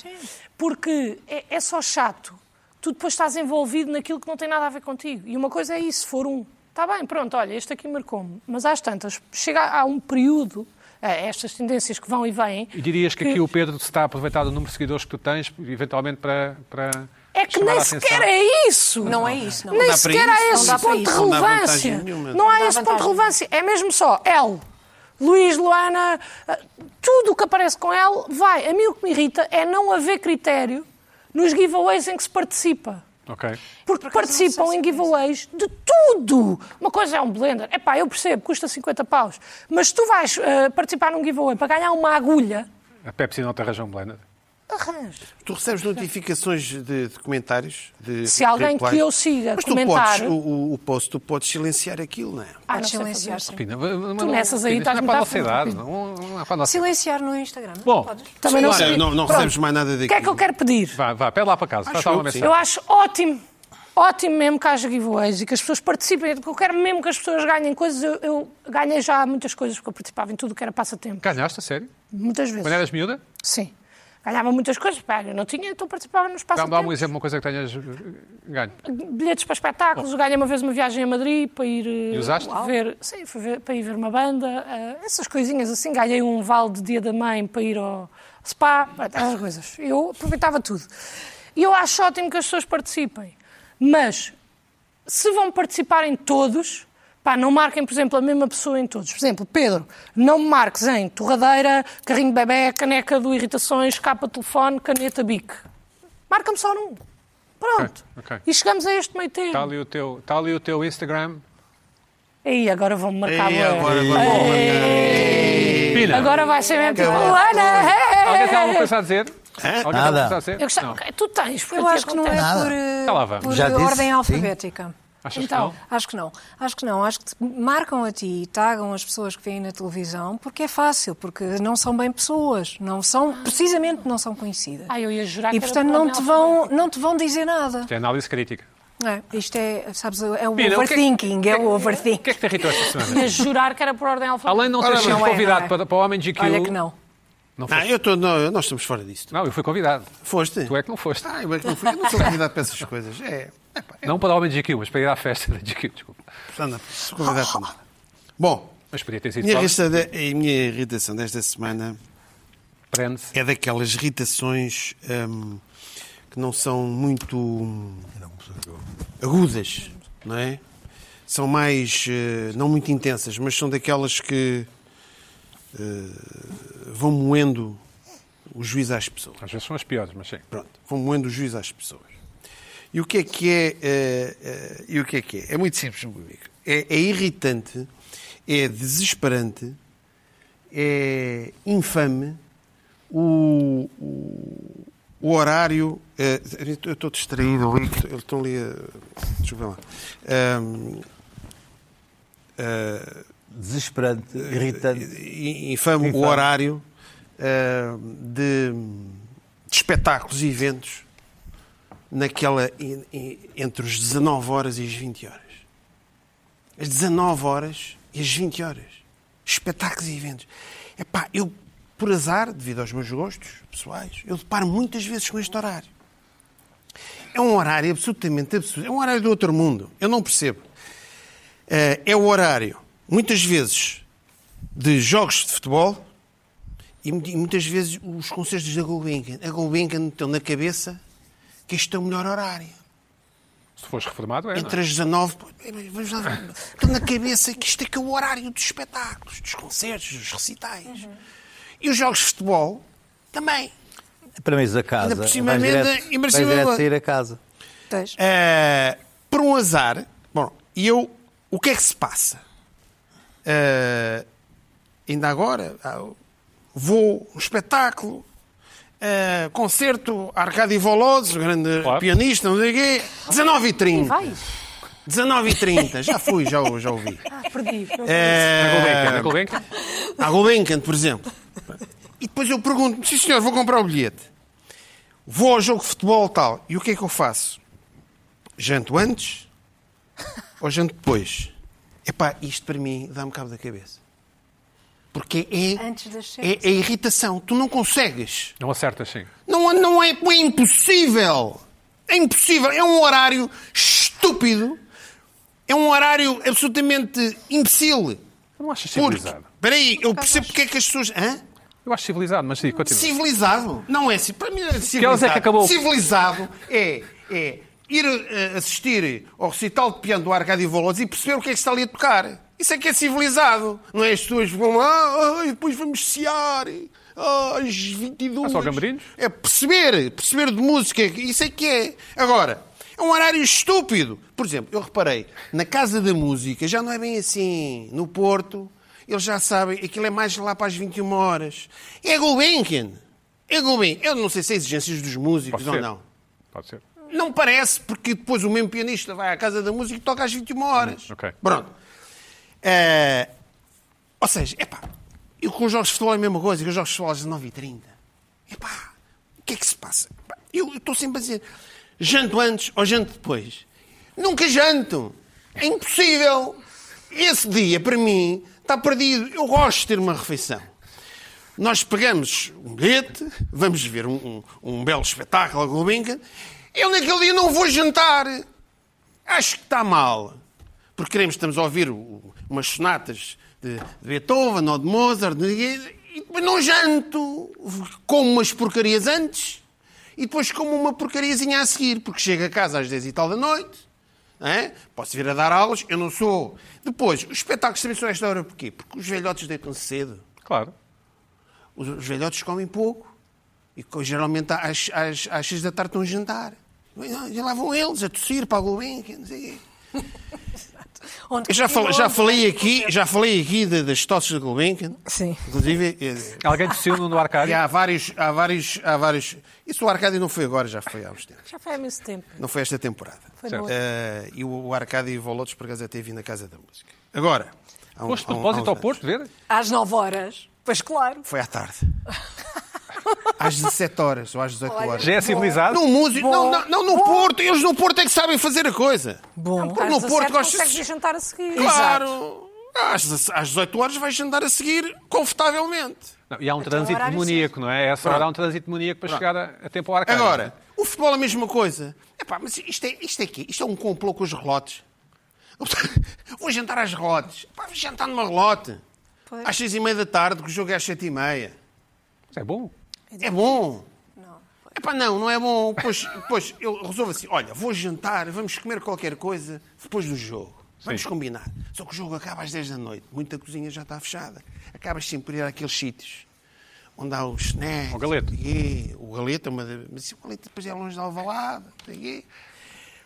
C: Porque é, é só chato. Tu depois estás envolvido naquilo que não tem nada a ver contigo. E uma coisa é isso, se for um. Está bem, pronto, olha, este aqui marcou-me. Mas às tantas, chega a um período, a estas tendências que vão e vêm.
A: E dirias que aqui o Pedro se está a aproveitar do número de seguidores que tu tens, eventualmente para. para
C: É que
A: chamar a
C: nem
A: atenção.
C: sequer é isso!
F: Não é isso, não.
C: Nem
B: dá para
C: sequer
B: isso,
C: há
F: não
C: esse
F: dá para
C: ponto de
F: isso.
B: Não dá vantagem
C: relevância.
B: nenhuma.
C: Não há
F: dá
C: esse ponto de
F: vantagem.
C: relevância. É mesmo só L, Luís, Luana, ah, tudo o que aparece com L vai. A mim o que me irrita é não haver critério nos giveaways em que se participa.
A: Ok.
C: Porque
F: acaso, não sei
C: participam
F: se
C: em
F: é
C: giveaways de tudo. Uma coisa é um blender. Epá, eu percebo, custa 50 paus. Mas tu vais ah, participar num giveaway para ganhar uma agulha,
A: A Pepsi não te arranja um blender.
C: ah, arranja.
B: Tu recebes notificações de, de comentários? De
C: Se alguém
B: reply?
C: que eu siga
B: Mas
C: comentar-
B: tu podes, o, o, o post, tu podes silenciar aquilo, não é?
C: Ah, não
F: Podes
C: sei fazer.
F: silenciar-se.
A: Pina, mas não-
C: nessas aí
A: Pina, isto Não é para a
C: estás muito à
A: nossa
C: frente,
A: idade. Não, não é para a nossa
F: Silenciar no Instagram. não
A: Bom,
F: Podes.
C: Também não,
B: Olha,
C: sei.
B: não- não
C: Pronto.
B: recebes mais nada
C: O que é que
B: daquilo.
C: eu quero pedir?
A: Vá, vá, pede lá para casa. Faz lá
B: eu
A: uma
B: que sim.
A: mensagem.
C: Eu acho ótimo, ótimo mesmo que haja giveaways e que as pessoas participem. Eu quero mesmo que as pessoas ganhem coisas. Eu, eu ganhei já muitas coisas porque eu participava em tudo o que era passatempo.
A: Ganhaste, a sério?
C: Muitas vezes.
A: Quando eras miúda?
C: Sim. Ganhava muitas coisas. Pá, eu não tinha, então participava nos
A: Dá-me dá um
C: passatempos.
A: exemplo de uma coisa que tenhas eh, ganho.
C: Bilhetes para espetáculos. Eu Ganhei uma vez uma viagem a Madrid para ir eh,
A: E usaste?
C: ver. Sim, fui ver- para ir ver uma banda. eh, essas coisinhas assim. Ganhei um vale de dia da mãe para ir ao spa. Essas coisas. Eu aproveitava tudo. E eu acho ótimo que as pessoas participem. Mas se vão participar em todos, pá, não marquem, por exemplo, a mesma pessoa em todos. Por exemplo, Pedro, não me marques em torradeira, carrinho de bebê, caneca do Irritações, capa de telefone, caneta bique. Marca-me só num. Pronto.
A: Ok, ok.
C: E chegamos a este meio
A: Está
C: termo.
A: ali o teu, está ali o teu Instagram.
C: Aí agora vão-me marcar
B: Ei,
C: bué.
B: É, agora, agora,
A: Pina,
C: Agora vai ser mesmo tipo, Luana,
F: Eh,
A: alguém tem
C: hey,
A: alguma coisa a
B: Eh,
A: dizer? Alguém tem
D: Nada.
A: alguma coisa a dizer?
C: Eu gostava-
A: Não.
C: Tu tens, porque
F: Eu acho que não é
D: Nada.
F: por, eh,
A: Já lá vamos.
F: por
D: Já disse,
F: ordem
D: sim.
F: alfabética.
A: Achas
C: Então.
A: que não?
F: Acho que não. Acho que não. Acho que te marcam a ti e tagam as pessoas que vêm na televisão porque é fácil, porque não são bem pessoas, não são, precisamente não são conhecidas.
C: Ah, eu ia jurar que
F: E
C: era
F: portanto
C: por
F: não
C: ordem
F: te vão, não te vão dizer nada.
A: Isto é análise crítica.
F: É, isto é, sabes, é
A: Pina,
F: o
A: o que é que-
F: overthinking, é o overthinking.
A: O que é que te irritou esta semana?
C: Ia jurar que era por ordem alfabética.
A: Além de não ter sido
F: não é,
A: convidado
F: não é.
A: para, para o Homem GQ.
F: Olha que não.
A: Não,
B: Ah,
A: foste.
B: eu tô, não, nós estamos fora disto.
A: não, eu fui convidado.
B: Foste?
A: Tu é que não foste.
F: Tá
B: Ah, eu é que não fui. Eu não sou convidado para essas coisas. É, é pá, é
A: Não para o Homem GQ, mas para ir à festa da GQ, desculpa.
B: não sou convidado para nada. Bom,
A: Mas podia ter
B: a
A: sido
B: minha,
A: só.
B: irrita- a minha irritação desta semana
A: Prende-se.
B: é daquelas irritações hum, que não são muito hum, agudas, não é? São mais, eh, não muito intensas, mas são daquelas que eh, vão moendo o juiz às pessoas.
A: Às vezes são as piores, mas sim.
B: Pronto, vão moendo o juiz às pessoas. E o que é que é? eh, eh, e o que é que é? É muito simples, meu amigo. É, é irritante, é desesperante, é infame o, o- o horário. eh, eu estou distraído, ali, eles estão ali. eh, a- Desculpa lá. Ahm, ah,
D: Desesperante, irritante.
B: i- infame o horário ah, de, de espetáculos e eventos naquela e- e- entre os 19 horas e as 20 horas. As 19 horas e as 20 horas. Espetáculos e eventos. Epá, eu, por azar, devido aos meus gostos pessoais, eu deparo muitas vezes com este horário. É um horário absolutamente absurdo. É um horário do outro mundo. Eu não percebo. Eh, É o horário, muitas vezes, de jogos de futebol e mu- e muitas vezes os concertos da Gulbenkian. A Gulbenkian tem na cabeça que este é o melhor horário.
A: Se fores reformado, é. não é?
B: Entre as 19. pô, eh, mas Vamos lá. Estou na cabeça que isto é que é o horário dos espetáculos, dos concertos, dos recitais. E os jogos de futebol também.
D: Para mim, da casa.
B: Ainda por cima,
D: Vais
B: emenda-
D: direto-
B: e por
D: vais
B: cima-
D: direto sair a casa.
F: Tens.
B: Eh, por um azar. Bom, e eu. O que é que se passa? Eh, ainda agora. ah, Vou um espetáculo. eh, concerto, Arcadi Voloso, grande
A: Claro.
B: pianista, não sei o quê. 19 h 30
F: Vais?
B: 19 h 30 Já fui, já, o- já ouvi.
F: Ah,
C: Perdi.
B: É.
A: Na Gulbenkian,
B: Eh,
A: na Gulbenkian.
B: à Gulbenkian, por exemplo. E depois eu pergunto-me, sim senhor, vou comprar o bilhete. Vou ao jogo de futebol tal. E o que é que eu faço? Janto antes ou janto depois? Epá, isto para mim dá-me cabo da cabeça. Porque
F: Antes das
B: é,
F: sete.
B: é, é irritação. Tu não consegues.
A: Não acertas, sim.
B: Não, não é, é impossível. É impossível. É um horário estúpido. É um horário absolutamente imbecil.
A: Não achas
B: Porque,
A: civilizado?
B: espera aí, eu percebo porque é que as pessoas... Hã?
A: Eu acho civilizado, mas sim, continua.
B: Civilizado? Não é assim. Para mim é civilizado.
A: horas é que acabou?
B: Civilizado é, é ir eh, assistir ao recital de piano do Arcadio Volos e perceber o que é que está ali a tocar. Isso é que é civilizado. Não é as pessoas que vão lá ah, e depois vamos cear ah, às 22.
A: Ah, só gambrinos?
B: É perceber, perceber de música. Isso é que é. Agora, é um horário estúpido. Por exemplo, eu reparei, na Casa da Música já não é bem assim. No Porto, eles já sabem, aquilo é mais lá para as 21 horas. É Gulbenkian. É Gulbenkian. Eu não sei se é exigências dos músicos
A: Pode
B: ou
A: ser.
B: não.
A: Pode ser.
B: Não parece, porque depois o mesmo pianista vai à Casa da Música e toca às 21 horas.
A: ok.
B: Pronto. Eh, ou seja, epá, eu com os jogos de futebol é a mesma coisa, que os jogos de futebol às 9h30. Epá, o que é que se passa? Epá, Eu eu estou sempre a dizer, janto antes ou janto depois. Nunca janto. É impossível. Esse dia, para mim, está perdido. Eu gosto de ter uma refeição. Nós pegamos um bilhete, vamos ver um, um- um belo espetáculo a Gulbenkian. Eu naquele dia não vou jantar. Acho que está mal. Porque queremos, estamos a ouvir o- umas sonatas de, de Beethoven ou de Mozart. de- E depois não janto. Como umas porcarias antes e depois como uma porcariazinha a seguir. Porque chego a casa às 10 e tal da noite. não é? Posso vir a dar aulas, eu não sou. Depois, os espetáculos também são a esta hora porquê? Porque os velhotes deitam-se cedo.
A: Claro.
B: Os- Os velhotes comem pouco. E co- geralmente às, às, às seis da tarde estão a jantar. E lá vão eles a tossir para a Gulbenkian, não sei o quê.
F: Onde
B: Eu já falei, já falei aqui, já falei aqui de- das tosses da Gulbenkian.
F: Sim.
B: Inclusive, eh,
A: Alguém tossiu no
B: e
A: arcádio?
B: há vários, há vários, há vários... Isso o Arcádio não foi agora, já foi há uns tempos.
C: Já foi há muito tempo.
B: Não foi esta temporada.
A: Certo. outra.
B: Eh, e o, o Arcádio e o Volotes, por acaso, até vi na Casa da Música. Agora... há um-
A: Foste de
B: há um- há uns
A: propósito ao
B: anos.
A: Porto, ver?
F: Às 9 horas. Pois claro.
B: Foi à tarde. às 17 horas ou às 18
F: Olha,
B: horas.
A: Já é civilizado?
B: No músico, não,
F: Bom.
B: não, não, no Porto, eles no Porto é que sabem fazer a coisa.
F: Bom.
B: Porque no Porto gosta
C: Consegues ir jantar a seguir.
B: Claro, às, às 18 horas vais andar a seguir confortavelmente.
A: Não, e há um trânsito
F: Então, horário
A: demoníaco, não é? Essa hora há um trânsito demoníaco para chegar a, a tempo ao arcádio.
B: Agora, o futebol é a mesma coisa. Epá, mas isto é, isto é quê? Isto é um complô com os relotes. Vou jantar às relotes. Epá, vou jantar numa relote.
F: Pois.
B: Às 6 e meia da tarde, que o jogo é às 7 e meia.
A: Mas É bom.
B: É bom.
F: Não.
B: Epá, não, não é bom. Pois, pois eu resolvo assim: olha, vou jantar, vamos comer qualquer coisa depois do jogo. Vamos combinar. Só que o jogo acaba às 10 da noite, muita cozinha já está fechada. Acabas sempre por ir àqueles sítios onde há os snacks.
A: Ao Galeto.
B: não sei quê. O galeto, é uma da- mas o galeto depois é longe da alvalada. não sei quê.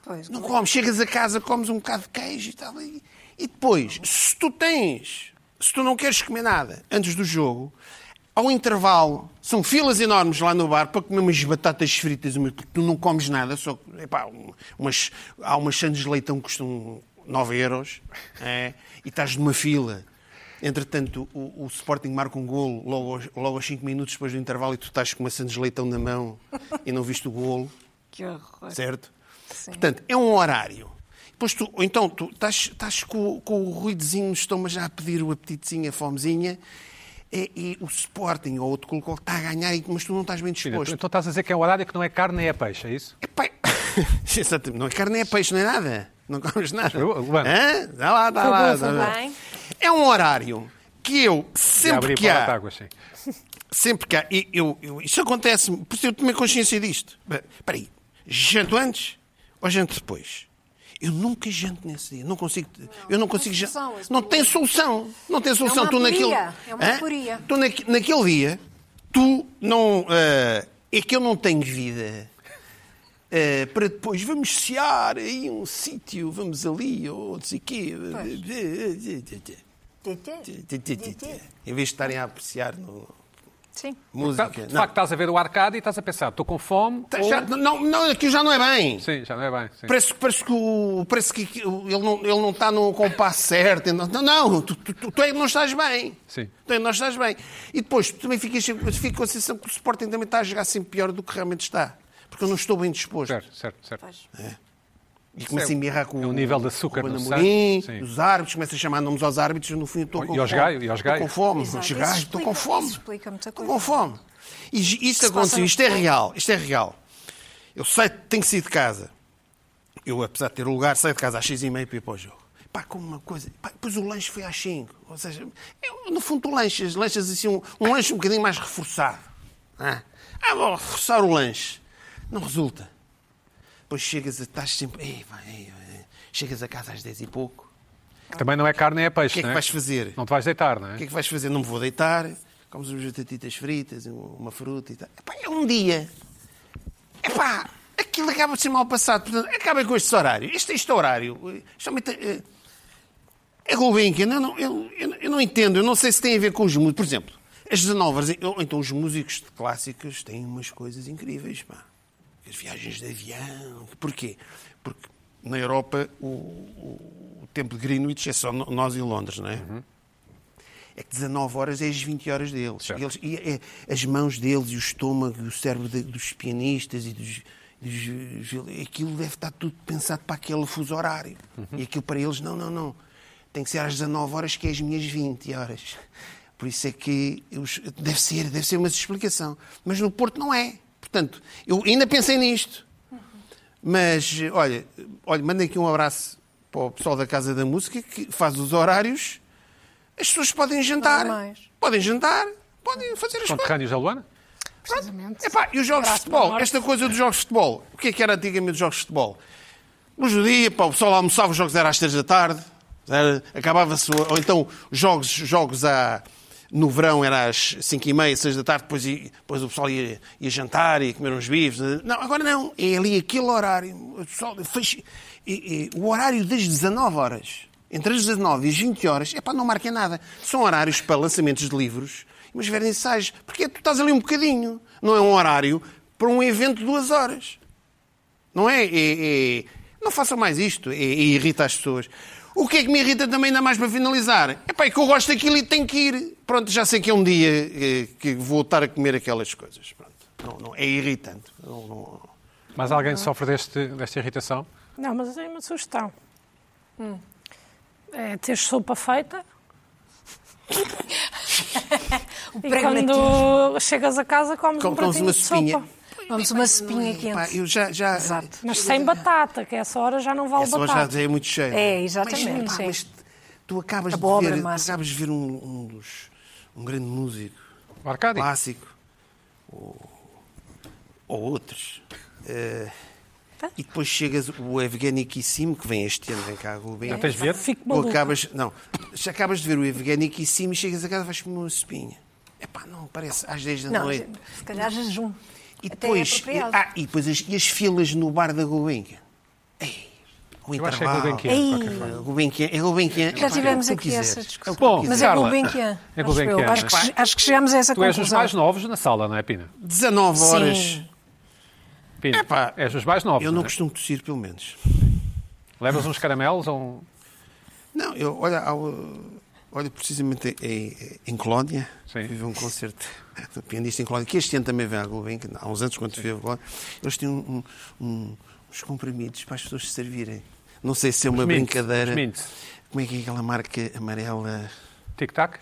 F: Pois.
B: Não comes, chegas a casa, comes um bocado de queijo e tal. E, e depois, se tu tens, se tu não queres comer nada antes do jogo, Ao intervalo, são filas enormes lá no bar para comer umas batatas fritas, uma- porque tu não comes nada, só epá, um- umas, há umas sandes de leitão que custam 9 euros é, e estás numa fila. Entretanto, o, o Sporting marca um golo logo, aos- logo aos 5 minutos depois do intervalo e tu estás com uma sandes de leitão na mão e não viste o golo
F: Que horror.
B: certo?
F: Sim.
B: Portanto, é um horário. Depois tu, ou então, tu estás, estás com, com o ruidozinho no estômago já a pedir o apetitezinho, a fomezinha, e, e o Sporting ou outro clube está a ganhar, e- mas tu não estás bem
A: Filha, tu-
B: disposto.
A: então estás a dizer que é um horário que não é carne nem é peixe, é isso?
B: Epá, Exatamente, não é carne, nem é peixe, nem é nada. Não comes nada.
A: Eu, Luana.
B: Hã? Dá lá, dá
F: Foi
B: lá.
F: bom,
B: dá
F: foi
B: lá.
F: bem.
B: É um horário que eu,
A: é
B: sempre
A: abrir
B: que
A: para
B: há,
A: água, sim.
B: Sempre que há. e Eu, eu, isto acontece-me, por isso eu tomei consciência disto. Bem, Espera aí, janto antes ou janto depois? Eu nunca janto nesse dia, não consigo. eu não consigo
F: tem
B: jantar.
F: solução esse
B: Não tem solução, não tem solução.
F: uma
B: tu naquele.
F: aporia, é uma
B: Hã?
F: aporia.
B: Tu naqui- naquele dia, tu não. ah, é que eu não tenho vida. ah, para depois vamos cear aí um sítio, vamos ali, ou não sei o quê. Em vez de estarem a apreciar no,
F: Sim.
A: Tá-
B: Música.
A: De
B: não.
A: facto, estás a ver o arcade e estás a pensar, estou com fome.
B: Tá,
A: ou-
B: já- não, não, aquilo já não é bem.
A: Sim, já não é bem. sim.
B: Parece, parece que, o, parece que que o- ele não, ele não tá está no compasso um certo. Não, não, não, tu, tu, tu- tu é que não estás bem.
A: Sim.
B: Tu é que não estás bem. E depois tu também ficas, sempre- fico com a sensação que o Sporting também está a jogar sempre pior do que realmente está. Porque eu não estou bem disposto.
A: Certo, certo, certo.
B: E começo a embirrar com
A: É um nível de açúcar
B: com o
A: no
B: Ruben Amorim,
A: sangue, sim.
B: os árbitros, começo a chamar nomes aos árbitros e no fim eu estou
A: E
B: com
A: aos
B: fome.
A: gaios, e aos
B: Estou com
A: gaios.
B: fome,
F: Exato,
B: os
F: isso
B: gaios, estou com
F: explica-
B: fome.
F: isso explica muita
B: Estou
F: coisa.
B: com fome. E gi- isto
F: se passa
B: aconteceu,
F: no
B: isto é real, isto é real. Eu saio, tenho que sair de casa. Eu, apesar de ter o lugar, saio de casa às seis e meia para ir para o jogo. Pá, como uma coisa. Pá, depois o lanche foi às cinco. Ou seja, eu, no fundo tu lanches, lanches assim, um, um lanche um bocadinho mais reforçado. Ah, ah, vou reforçar o lanche. Não resulta. Depois chegas a. Estás sempre. Ei, vai, ei, vai. Chegas a casa às dez e pouco.
A: Que Também não é carne nem é peixe,
B: O que é que
A: não
B: vais fazer?
A: Não te vais deitar, não é?
B: O que é que vais fazer? Não me vou deitar. Comes umas batatitas fritas, um, uma fruta e tal. Epá, é um dia. Epá, aquilo acaba de ser mal passado. Portanto, acabem com este horário. Este, este horário. Justamente, eh, a Gulbenkian, eu não, eu, eu, eu não entendo. Eu não sei se tem a ver com os músicos. Por exemplo, as 19 horas, ou então os músicos clássicos têm umas coisas incríveis, pá. As viagens de avião. Porquê? Porque na Europa o, o- o tempo de Greenwich é só no- nós e Londres, não é?
A: Uhum.
B: É que 19 horas é as 20 horas deles. E, eles- e- e as mãos deles, e o estômago, e o cérebro de- dos pianistas e dos. dos- aquilo deve estar tudo pensado para aquele fuso horário. E aquilo para eles, não, não, não. Tem que ser às 19 horas, que é as minhas 20 horas. Por isso é que. eu- deve ser, deve ser uma explicação. Mas no Porto não é. Portanto, eu ainda pensei nisto. Mas, eh, olha, olha, mandei aqui um abraço para o pessoal da Casa da Música que faz os horários. As pessoas podem jantar.
F: Normais.
B: Podem jantar, podem fazer as coisas.
A: Conterrâneos da Luana?
C: Precisamente.
B: Epá, e os jogos de
C: Abraço para o
B: futebol?
C: norte.
B: Esta coisa dos jogos de futebol. O que é que era antigamente os jogos de futebol? Hoje em dia, pá, o pessoal almoçava, os jogos eram às três da tarde. era- Acabava-se. o- Ou então, os jogos, jogos à- no verão era às cinco e meia, seis da tarde. Depois, i- depois o pessoal ia, ia jantar e comer uns bifes. Não, agora não. É ali aquele horário. O, pessoal fez- e- e o horário das 19 horas. Entre as 19 e as 20 horas, é pá, não marquem nada. São horários para lançamentos de livros, mas vernissagens. Porque tu estás ali um bocadinho. Não é um horário para um evento de duas horas. Não é? É- é- não façam mais isto. É, é irrita as pessoas. O que é que me irrita também, ainda mais para finalizar? É pá, é que eu gosto daquilo e tenho que ir. Pronto, já sei que é um dia eh, que vou estar a comer aquelas coisas. Pronto. Não, não, é irritante. Não, não-
A: Mas alguém
F: Uhum.
A: sofre deste, desta irritação?
C: Não, mas eu tenho uma sugestão. Hum. É ter sopa feita
F: O
C: e
F: pragmatismo.
C: quando chegas a casa comes
B: Como
C: um
B: comes
C: pratinho
B: uma
C: de
B: sopinha.
C: sopa.
F: Vamos uma sopinha quente.
B: Pá, eu já. já
F: Exato.
C: Mas sem batata, que a essa hora já não vale
B: Essa hoje
C: batata.
B: já é muito cheio.
F: É, exatamente,
B: Mas, pá,
F: sim.
B: mas tu acabas
F: Abóbora,
B: de ver,
F: massa.
B: acabas de ver um, um dos, um grande músico
A: O Arcádio?
B: clássico ou, ou outros. Eh,
F: Tá.
B: e depois chegas o Evgeny Kissim, que vem este ano, vem cá a Globo.
A: Já tens bilhete?
C: Fico
B: Ou
C: maluca.
B: acabas, não, se acabas de ver o Evgeny Kissim e chegas a casa vais comer uma sopinha. Epá, não, parece às 10 da
F: Não,
B: noite.
F: se calhar jejum.
B: E
F: Até
B: depois,
F: é apropriado.
B: ah, e depois as, e as filas no bar da Gulbenkian. Ei, o
A: Eu acho que é Gulbenkian,
B: intervalo.
A: de qualquer forma.
B: É Gulbenkian, é Gulbenkian.
F: Já
B: Epá,
F: tivemos
B: é o que tu
F: aqui essa
B: quiseres.
F: discussão.
A: Bom,
F: Mas é
A: Carla,
F: Gulbenkian.
A: é
F: acho eu.
A: Gulbenkian,
F: Acho
A: não é?
F: que, acho que chegamos a essa
A: Tu és os
F: conclusão.
A: mais novos na sala, não é, Pina?
B: 19 horas.
F: Sim.
A: Pina,
B: Epá,
A: és os mais novos.
B: Eu
A: não
B: não
A: é?
B: costumo tossir, pelo menos.
A: Levas uns caramelos ou um...
B: Não, eu olha, ao, olha precisamente em, em Colónia,
A: Sim.
B: fui ver um concerto do pianista em Colónia, que este ano também vem à Gulbenkian, há uns anos quando fui agora, eles tinham um- um- uns comprimidos para as pessoas se servirem. Não sei se é uma
A: Mint,
B: brincadeira.
A: os Mint.
B: Como é que é aquela marca amarela?
A: tic-tac?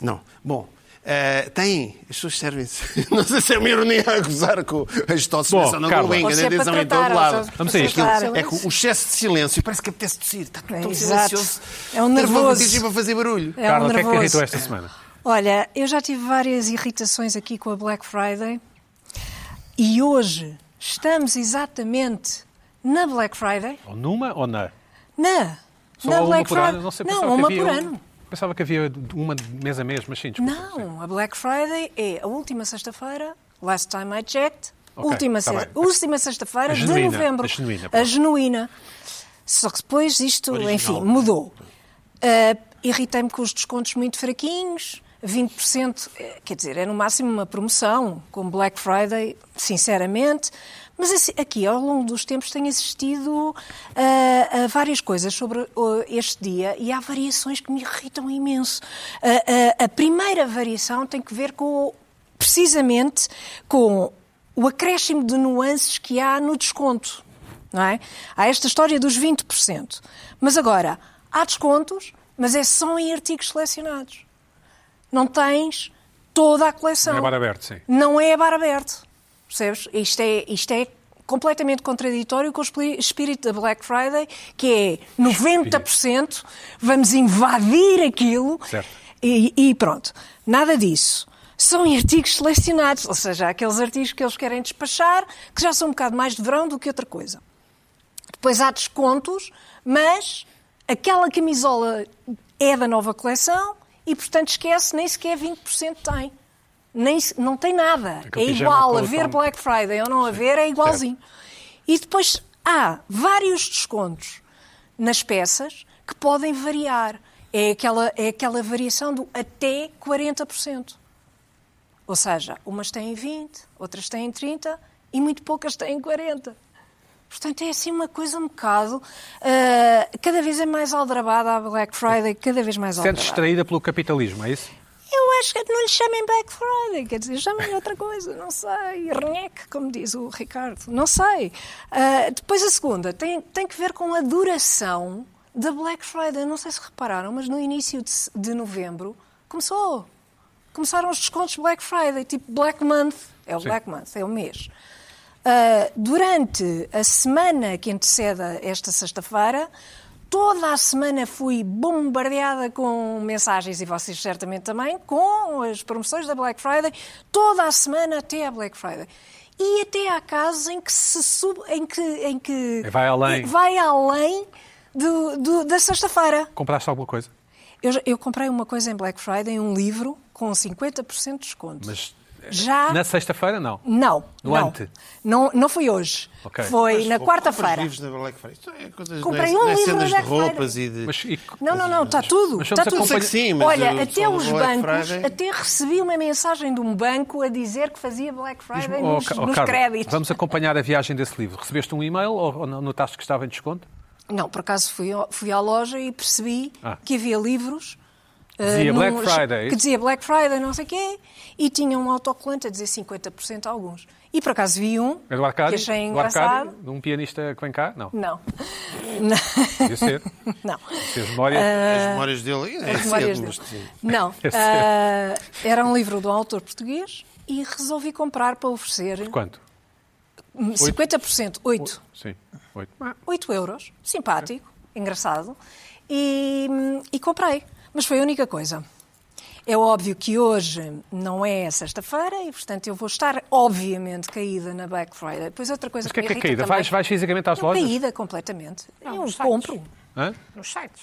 B: Não. Bom, eh, tem, as pessoas servem-se. Não sei se é uma ironia a gozar com as tosses,
A: Bom,
B: mas só na
A: Carla.
B: Gulbenkian,
F: Ou se é
B: na
F: para
B: direção em
F: tratar,
B: todo
F: ou
B: lado.
F: se-
A: Vamos a
F: se
A: isto.
F: tratar.
B: É que o excesso de silêncio, parece que apetece tossir, está tudo
F: É,
B: tão
F: exato.
B: silencioso.
F: É
B: Tens
F: um
B: uma
F: nervoso.
B: vontade para fazer barulho.
F: É um
A: Carla, o que é que te
F: nervoso.
A: irritou esta semana?
F: Olha, eu já tive várias irritações aqui com a Black Friday e hoje estamos exatamente na Black Friday.
A: Ou numa ou na?
F: Na,
A: Só
F: na
A: há uma
F: Black
A: por
F: Friday.
A: ano? Não, sei,
F: Não,
A: pensava que
F: uma
A: havia
F: por
A: um-
F: ano.
A: Pensava que havia uma de mês a mês, mas sim, desculpa. sim.
F: Não, a Black Friday é a última sexta-feira, last time I checked,
A: Ok,
F: última,
A: tá
F: sexta-
A: bem.
F: última sexta-feira
A: A
F: de
A: genuína,
F: novembro.
A: a genuína, pronto.
F: A genuína. Só que depois isto,
B: Original.
F: enfim, mudou. Ah, Irritei-me com os descontos muito fraquinhos. 20%, eh, quer dizer, é no máximo uma promoção, com Black Friday, sinceramente. Mas assim, aqui, ao longo dos tempos, tem assistido ah, a várias coisas sobre oh, este dia e há variações que me irritam imenso. Ah, ah, a primeira variação tem que ver com, precisamente, com o acréscimo de nuances que há no desconto. Não é? Há esta história dos 20%. Mas agora, há descontos, mas é só em artigos selecionados. Não tens toda a coleção.
A: Não é bar aberto, sim.
F: Não é a bar aberto. Percebes? Isto é, isto é completamente contraditório com o espli- espírito da Black Friday, que é 90%, vamos invadir aquilo.
A: Certo.
F: E, e pronto, nada disso. São em artigos selecionados, ou seja, aqueles artigos que eles querem despachar, que já são um bocado mais de verão do que outra coisa. Depois há descontos, mas aquela camisola é da nova coleção e, portanto, esquece, nem sequer 20% tem. Nem, se- não tem nada.
A: Aquele
F: é
A: pijama
F: igual
A: com
F: a
A: o
F: ver
A: tom-
F: Black Friday ou não a ver, é igualzinho. E depois há vários descontos nas peças que podem variar. É aquela, é aquela variação do até 40%. Ou seja, umas têm 20, outras têm 30 e muito poucas têm 40. Portanto, é assim uma coisa um bocado. ah, cada vez é mais aldrabada a Black Friday, cada vez mais
A: Sentes
F: aldrabada.
A: distraída pelo capitalismo, é isso?
F: Eu acho que não lhe chamem Black Friday, quer dizer, chamem outra coisa, não sei. Renec, como diz o Ricardo, não sei. Ah, depois a segunda tem, tem que ver com a duração da Black Friday. Não sei se repararam, mas no início de, se- de novembro começou. Começaram os descontos Black Friday, tipo Black Month. É o
A: Sim.
F: Black Month, é o mês. Ah, durante a semana que anteceda esta sexta-feira, toda a semana fui bombardeada com mensagens, e vocês certamente também, com as promoções da Black Friday, toda a semana até à Black Friday. E até há casos em que se sub, em que, em que
A: Vai além.
F: vai além do- do- da sexta-feira.
A: Compraste alguma coisa?
F: Eu, já- eu comprei uma coisa em Black Friday, um livro com 50% de desconto.
A: Mas
F: já
A: na sexta-feira, não.
F: não,
A: No
F: não.
A: ante?
F: não, não foi hoje.
A: Ok.
F: Foi
B: Mas,
F: na
B: pô, compras
F: quarta-feira.
B: livros na Black Friday. Isto é coisas-
F: Comprei
B: não é-
F: um
B: não é
F: livro
B: cenas
F: na
B: de
F: Black
B: roupas e de.
A: Mas, e-
F: Não, não, não, está tudo.
A: Mas
F: está
A: somos
F: tudo.
A: acompanha- Eu sei que
B: sim, mas o
F: Olha, até
B: pessoal do
F: os
B: Black
F: bancos,
B: Friday-
F: até recebi uma mensagem de um banco a dizer que fazia Black Friday
A: Oh,
F: nos,
A: Ca- oh,
F: nos
A: Carla,
F: créditos.
A: Vamos acompanhar a viagem desse livro. Recebeste um e-mail ou ou notaste que estava em desconto?
F: Não, por acaso fui, ao- fui à loja e percebi
A: Ah.
F: que havia livros. eh,
A: Dizia
F: num-
A: Black Friday. é
F: Que dizia Black Friday, não sei o quê, e tinha um autocolante a dizer 50% a alguns. E por acaso vi um
A: É do Arcádio?
F: que achei
A: do
F: engraçado.
A: Arcádio? De um pianista que vem cá? Não.
F: Não.
A: Podia ser.
F: não.
A: Fez memória.
B: As memórias dele. É,
F: eh, As
B: cedo,
F: memórias
B: mas,
F: dele.
B: sim.
F: Não.
A: cedo.
F: ah, era um livro de um autor português e resolvi comprar para oferecer
A: Quanto?
F: 50%, 8.
A: Sim. Oito. Ah,
F: 8 euros, simpático, engraçado, e, e comprei. Mas foi a única coisa. É óbvio que hoje não é sexta-feira e, portanto, eu vou estar, obviamente, caída na Black Friday. Depois, outra coisa
A: Mas o que é
F: me
A: que é
F: irrita
A: caída?
F: também-
A: Vais, vais fisicamente às
F: Não,
A: lojas?
F: Caída completamente.
C: Não,
F: eu
C: nos sites.
F: compro
A: Hã?
C: Nos sites.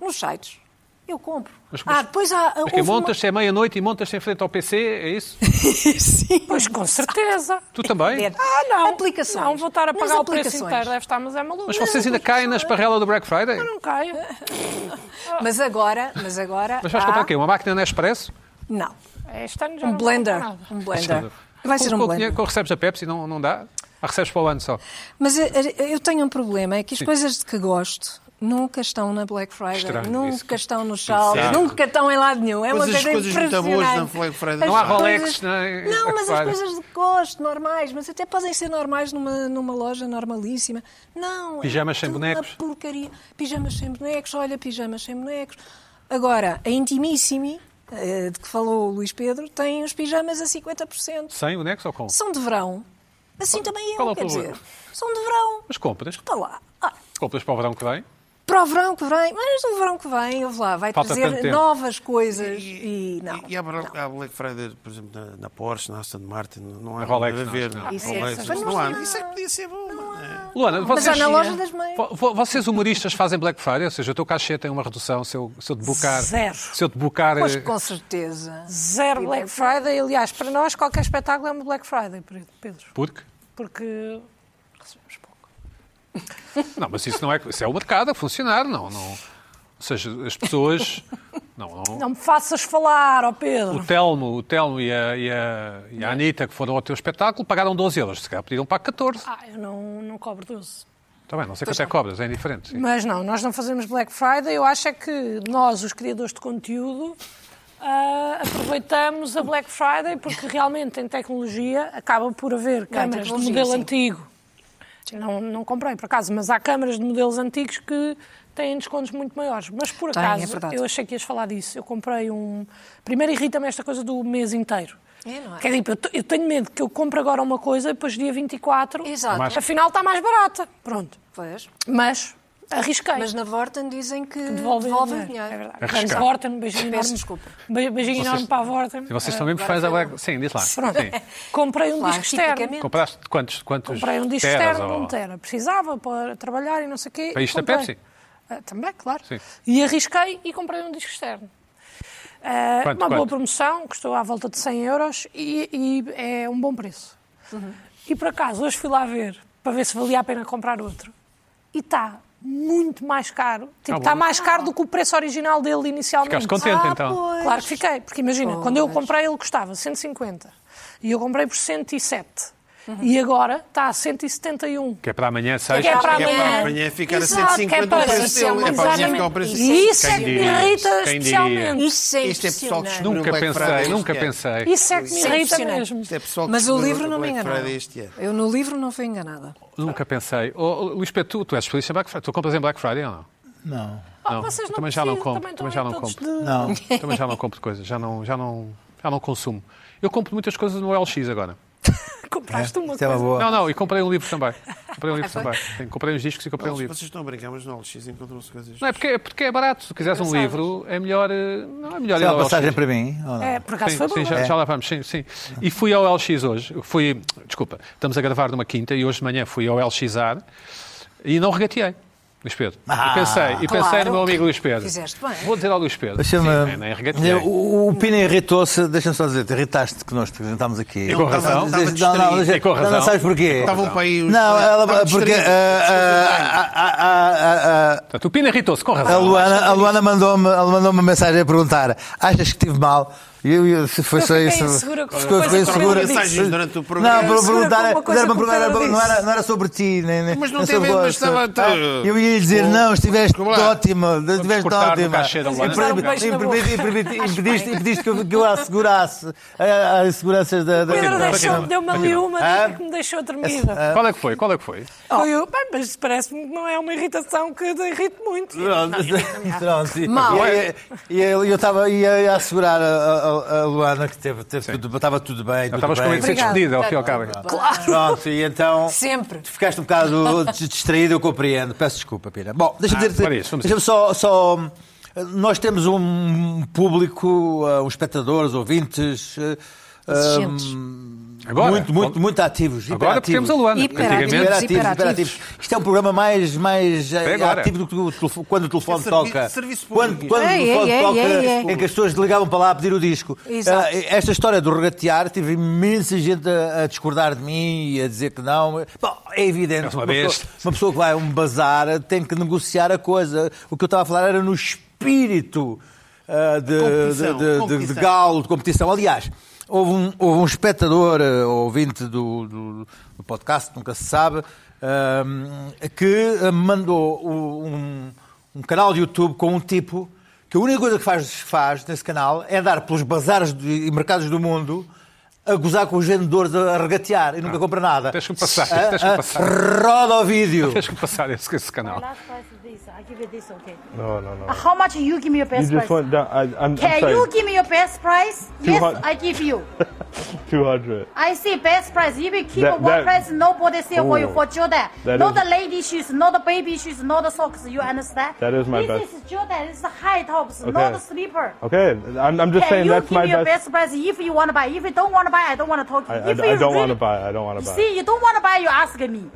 F: nos sites. eu compro.
A: Mas- mas-
F: ah, depois há.
A: Mas quem
F: houve uma-
A: montas é meia-noite e montas em frente ao PC, é isso?
F: Sim.
C: Pois com certeza.
A: Tu também?
F: Deve-
C: Ah, não.
F: Aplicações.
C: Não, vou estar a
F: Nas
C: pagar o preço
F: aplicações.
C: inteiro, deve estar, mas é maluco.
A: Mas vocês ainda caem na esparrela do Black Friday?
C: Não caio. É,
F: Mas agora. Mas agora.
A: Mas vais
F: há-
A: comprar o quê? Uma máquina Nespresso?
F: Não.
C: Este ano já
F: Um
C: não vou
F: blender.
C: comprar nada.
F: Um blender. Vai ser
A: Com- com o
F: um
A: dinheiro
F: blender.
A: que recebes da Pepsi não, não dá? Ah, recebes para o ano só.
F: Mas eh, eh, eu tenho um problema, é que as coisas de que gosto nunca estão na Black Friday,
A: Estranho
F: nunca
A: isso.
F: estão nos saldos,
B: Exato.
F: nunca estão em lado nenhum. É uma
B: Mas as
F: coisa
B: coisas muito boas
F: impressionante.
B: na Black Friday não
A: há. Não
F: As
A: é? há Rolex,
F: coisas-
A: nem
F: Não, mas as
A: Aquarius.
F: coisas de que gosto, normais, mas até podem ser normais numa, numa loja normalíssima. Não. é
A: Pijamas sem
F: tudo
A: bonecos.
F: Uma porcaria. Pijamas sem bonecos, olha, pijamas sem bonecos. Agora, a Intimissimi, eh, de que falou o Luís Pedro, tem os pijamas a 50%
A: Sem o Nexo ou com?
F: são de verão. Assim também
A: qual é
F: eu,
A: o
F: quer
A: problema?
F: dizer. São de verão.
A: Mas compras.
F: Está lá. Ah,
A: Compras para o verão que vem.
F: para o verão que vem, mas no verão que vem, ouve lá, vai
A: Falta tanto
F: trazer
A: tempo.
F: novas coisas e, não.
B: E há, há Black Friday, por exemplo, na, na Porsche, na Aston Martin, não há
A: Na Rolex,
B: nada a ver.
A: não,
B: não.
F: isso é-
B: Rolex,
F: isso é-
B: não há.
F: não há.
B: Isso é que podia ser bom. não é?
A: Luana,
F: Mas há
A: vocês,
F: na loja das mães.
A: vo- vo- vocês humoristas fazem Black Friday? Ou seja, o teu cachê tem uma redução se eu, se eu te bucar...
C: Zero.
A: Se eu te bucar...
F: Pois
A: eh,
F: com certeza.
C: Zero Black Friday. Aliás, para nós, qualquer espetáculo é um Black Friday, Pedro.
A: Porque?
C: Porque recebemos pouco.
A: Não, mas isso não é... Isso é o mercado a funcionar, não, não... Ou seja, as pessoas... Não, não...
C: Não me faças falar, ó Pedro.
A: O Telmo, o Telmo e a, e a, e a Anitta, que foram ao teu espetáculo, pagaram 12 euros. Se calhar pediram para 14.
C: Ah, eu não, não cobro 12.
A: Está bem, não sei quanto é que cobras, é indiferente. sim.
C: Mas não, nós não fazemos Black Friday. Eu acho é que nós, os criadores de conteúdo, ah, aproveitamos a Black Friday porque realmente em tecnologia acaba por haver câmaras de
F: tecnologia,
C: modelo
F: sim.
C: antigo. Não, não comprei, por acaso, mas há câmaras de modelos antigos que têm descontos muito maiores. Mas, por
F: Tem, é
C: acaso,
F: verdade.
C: eu achei que ias falar disso. Eu comprei um... Primeiro irrita-me esta coisa do mês inteiro.
F: É, não é?
C: Quer dizer, eu, te- eu tenho medo que eu compre agora uma coisa e depois dia 24,
F: Exato. Mas-
C: afinal está mais barata. Pronto.
F: Pois.
C: Mas arrisquei.
F: Mas na Vorten dizem que
A: Então
C: devolvem,
F: devolvem,
C: o dinheiro. É
F: dinheiro.
C: verdade.
A: Arriscar.
C: Portanto, Vorten, um beijinho
F: Peço
C: enorme.
F: desculpa.
C: Be- Beijinho enorme para a Vorten.
A: E vocês
C: Eh,
A: são mesmo fãs da Black... Sim, diz lá.
C: Pronto.
A: Sim.
C: Comprei um
F: Lá,
C: disco externo.
F: tipicamente.
A: Compraste quantos, quantos
C: Comprei um disco
A: teras,
C: externo,
A: ou-
C: não tera. Precisava para trabalhar e não sei o quê.
A: Para isto da
C: Comprei.
A: Pepsi?
C: Ah, também, claro.
A: Sim.
C: E arrisquei e comprei um disco externo. Ah,
A: Quanto,
C: uma boa
A: quanto?
C: promoção, custou à volta de 100 euros e, e é um bom preço. E por acaso, hoje fui lá ver, para ver se valia a pena comprar outro. E está muito mais caro. Tipo,
A: Ah,
C: está
A: bom.
C: mais caro do que o preço original dele inicialmente.
A: Ficaste
F: Ah,
A: contente, então?
C: Claro que fiquei, porque imagina, quando eu comprei ele custava 150 e eu comprei por 107 e agora tá está a 171.
A: Que é para amanhã, sexta.
C: Que é para
B: Que é para
C: amanhã.
B: amanhã ficar a
F: Exato,
B: 150
F: que é
B: o
F: para-
B: preço
F: isso é
B: dele.
F: uma
B: É para amanhã ficar o
F: exatamente-
B: preço dele.
C: E isso é que
A: Quem
C: me
A: diria?
C: irrita
A: Quem diria?
C: especialmente.
F: Isso é
B: Isto é pessoal que
F: impressionante.
B: descobriu
A: Nunca
B: o Black Friday
A: pensei, nunca
B: este ano.
A: pensei.
C: Isso é que me
F: Isso é
C: irrita
F: impressionante.
C: mesmo.
B: Isto é pessoal que
F: Mas o
B: descobriu
F: livro não me
B: Black
F: enganava.
B: Friday este ano.
F: Eu no livro não fui enganada.
A: Nunca pensei. Oh, Luís Pedro, tu, tu és feliz em Black Friday? Tu compras em Black Friday ou não?
D: Não.
C: Ah, vocês não
A: também já não
C: precisam,
A: compro,
C: também
A: também
C: estão
A: já não
C: aí todos
A: compro.
C: de-
D: Não.
A: Também já não compro coisas, já não, já, não, já não consumo. Eu compro muitas coisas no LX agora.
C: Compraste uma
D: Isto é uma
C: coisa.
D: boa.
A: Não, não, e comprei um livro também. Comprei um livro
C: Ah,
A: também. Sim, comprei uns discos e comprei um
B: Vocês
A: livro.
B: estão a brincar, mas no LX encontram-se coisas.
A: Não é porque, é porque é barato. Se quiseres um livro, é melhor. eh, Não é melhor
D: Tem
A: ir ao
D: uma passagem
A: LX.
D: para mim? ou não?
C: É, por acaso
A: Sim,
C: foi
A: sim,
C: bom.
A: já, já lá vamos, sim, sim. E fui ao LX hoje, fui, desculpa, estamos a gravar numa quinta e hoje de manhã fui ao LXar e não regateei, Luís Pedro.
D: Ah,
A: e pensei, e pensei
F: claro.
A: no meu amigo Luís Pedro.
F: Fizeste bem.
A: Vou dizer ao Luís Pedro, sim, é,
D: Deixa-me-
A: nem, nem regateei.
D: Eu- o, o Pina irritou-se, deixa-me só dizer, irritaste que nós te apresentámos aqui.
A: E com razão.
D: Não,
B: Estava
D: não, não,
A: distraído. E com
D: não, não
A: razão.
D: sabes porquê?
B: Estavam para aí os-
D: Não, ela,
B: estavam
D: porque
B: distraídos.
D: ah, ah, ah, ah, ah, ah,
A: Portanto, o Pina irritou-se, com
D: a
A: razão.
D: Luana, a Luana mandou-me ela mandou-me uma mensagem a perguntar: achas que estive mal? E eu, eu- se foi
C: Eu
D: só
C: fiquei
D: isso.
C: insegura com uma
D: ficou-
C: coisa
D: ficou
C: que o
D: insegura.
C: Pedro disse.
B: Mensagens durante o programa.
D: Não, para
C: Insegura
D: perguntar,
C: com uma coisa
D: fizeram uma
C: que o
D: pergunta,
C: Pedro
D: não, era,
C: disse.
D: não era sobre ti, nem, nem
B: Mas não
D: nem
B: teve-
D: sobre
B: mas
D: sobre-
B: estava-
D: Ah, Eu ia lhe dizer:
B: Vamos-
D: não, estiveste
B: vamos um lá.
D: ótima, estiveste
A: cortar no
D: ótima.
A: cachê da Luana.
D: E
C: Vamos
D: permiti-
C: dar um beijo
D: e permiti- e Impediste e pediste que eu- que eu a assegurasse a- as seguranças da. da-
C: Pedro
A: Continua,
C: deixou-
A: continua,
C: deu-me ali
A: continua.
C: uma
D: Ah.
C: dica que me deixou dormida.
A: Qual é que foi? Qual é que foi?
C: Foi o- Bem, mas parece-me que não é uma irritação que te irrite muito.
D: Pronto, pronto. E-
F: Mal.
D: E, e- e eu estava ia a assegurar a, a- a Luana que teve, teve tudo, estava tudo bem.
A: Não
D: Tudo
A: estavas com medo
D: bem.
A: de ser
F: Obrigada.
A: despedido, ao fim e ao cabo.
D: Pronto, e então.
F: Sempre.
D: Tu ficaste um bocado des- distraído, eu compreendo. Peço desculpa, Pina. Bom,
A: Ah,
D: deixa-me
A: para
D: dizer-te.
A: isso, vamos
D: Deixa-me só, só. Nós temos um público, eh, uns espectadores, ouvintes. eh,
F: Exigentes.
D: hum,
A: Agora.
D: muito, muito, muito ativos.
A: Agora porque
D: hiperativos.
A: temos a Luana.
F: Hiperativos.
A: Antigamente,
D: Hiperativos,
F: hiperativos.
D: hiperativos. Isto é um programa mais, mais eh,
A: Até agora.
D: ativo do que o telefone, quando o telefone
B: É servi-
D: toca.
B: serviço
D: quando
B: público.
D: quando
F: Ei,
D: o telefone
F: ei, ei,
D: toca,
F: ei, ei.
D: em que as pessoas ligavam para lá a pedir o disco.
F: Exato.
D: Eh, esta história do regatear, tive imensa gente a, a discordar de mim e a dizer que não. Bom, é evidente.
A: És uma
D: pessoa,
A: besta.
D: uma pessoa que vai a um bazar tem que negociar a coisa. O que eu estava a falar era no espírito eh, de,
B: Competição,
D: de- de- de- de
B: competição.
D: galo, de competição. Aliás, houve um, houve um espectador, eh, ouvinte do, do- do podcast, nunca se sabe, ahm, que eh, mandou o- um, um canal de YouTube com um tipo que a única coisa que faz, faz nesse canal é andar pelos bazares de- e mercados do mundo a gozar com os vendedores a a regatear e nunca compra nada.
A: Ah, deixa-me passar,
D: Ah,
A: deixa-me
D: ah,
A: passar.
D: Roda o vídeo.
A: Tens que passar esse, esse canal.
G: My last price is this. I give you this, okay?
H: No, no, no.
G: Uh, How much you give me your
H: You
G: best
H: just
G: price?
H: went down. I, I'm, I'm
G: Can
H: sorry.
G: you give me your best price? Yes,
H: hard.
G: I give you.
H: 200.
G: I see best price. If you keep
H: That-
G: one
H: that-
G: price, nobody sell for you
H: Ooh.
G: for Jordan.
H: That
G: not
H: is-
G: the lady shoes, not the baby shoes, not the socks. You understand?
H: That is my
G: this
H: best.
G: This is Jordan. This is high tops,
H: Okay.
G: not the slipper.
H: Okay, I'm, I'm just
G: Can
H: saying
G: you
H: that's
G: give
H: my
G: me your
H: best.
G: best price if you want to buy? If you don't want to buy, I don't want to talk.
H: I, I,
G: if you
H: I don't
G: really-
H: want to buy. it. I don't want to buy. it.
G: See, you don't want to buy. You ask me.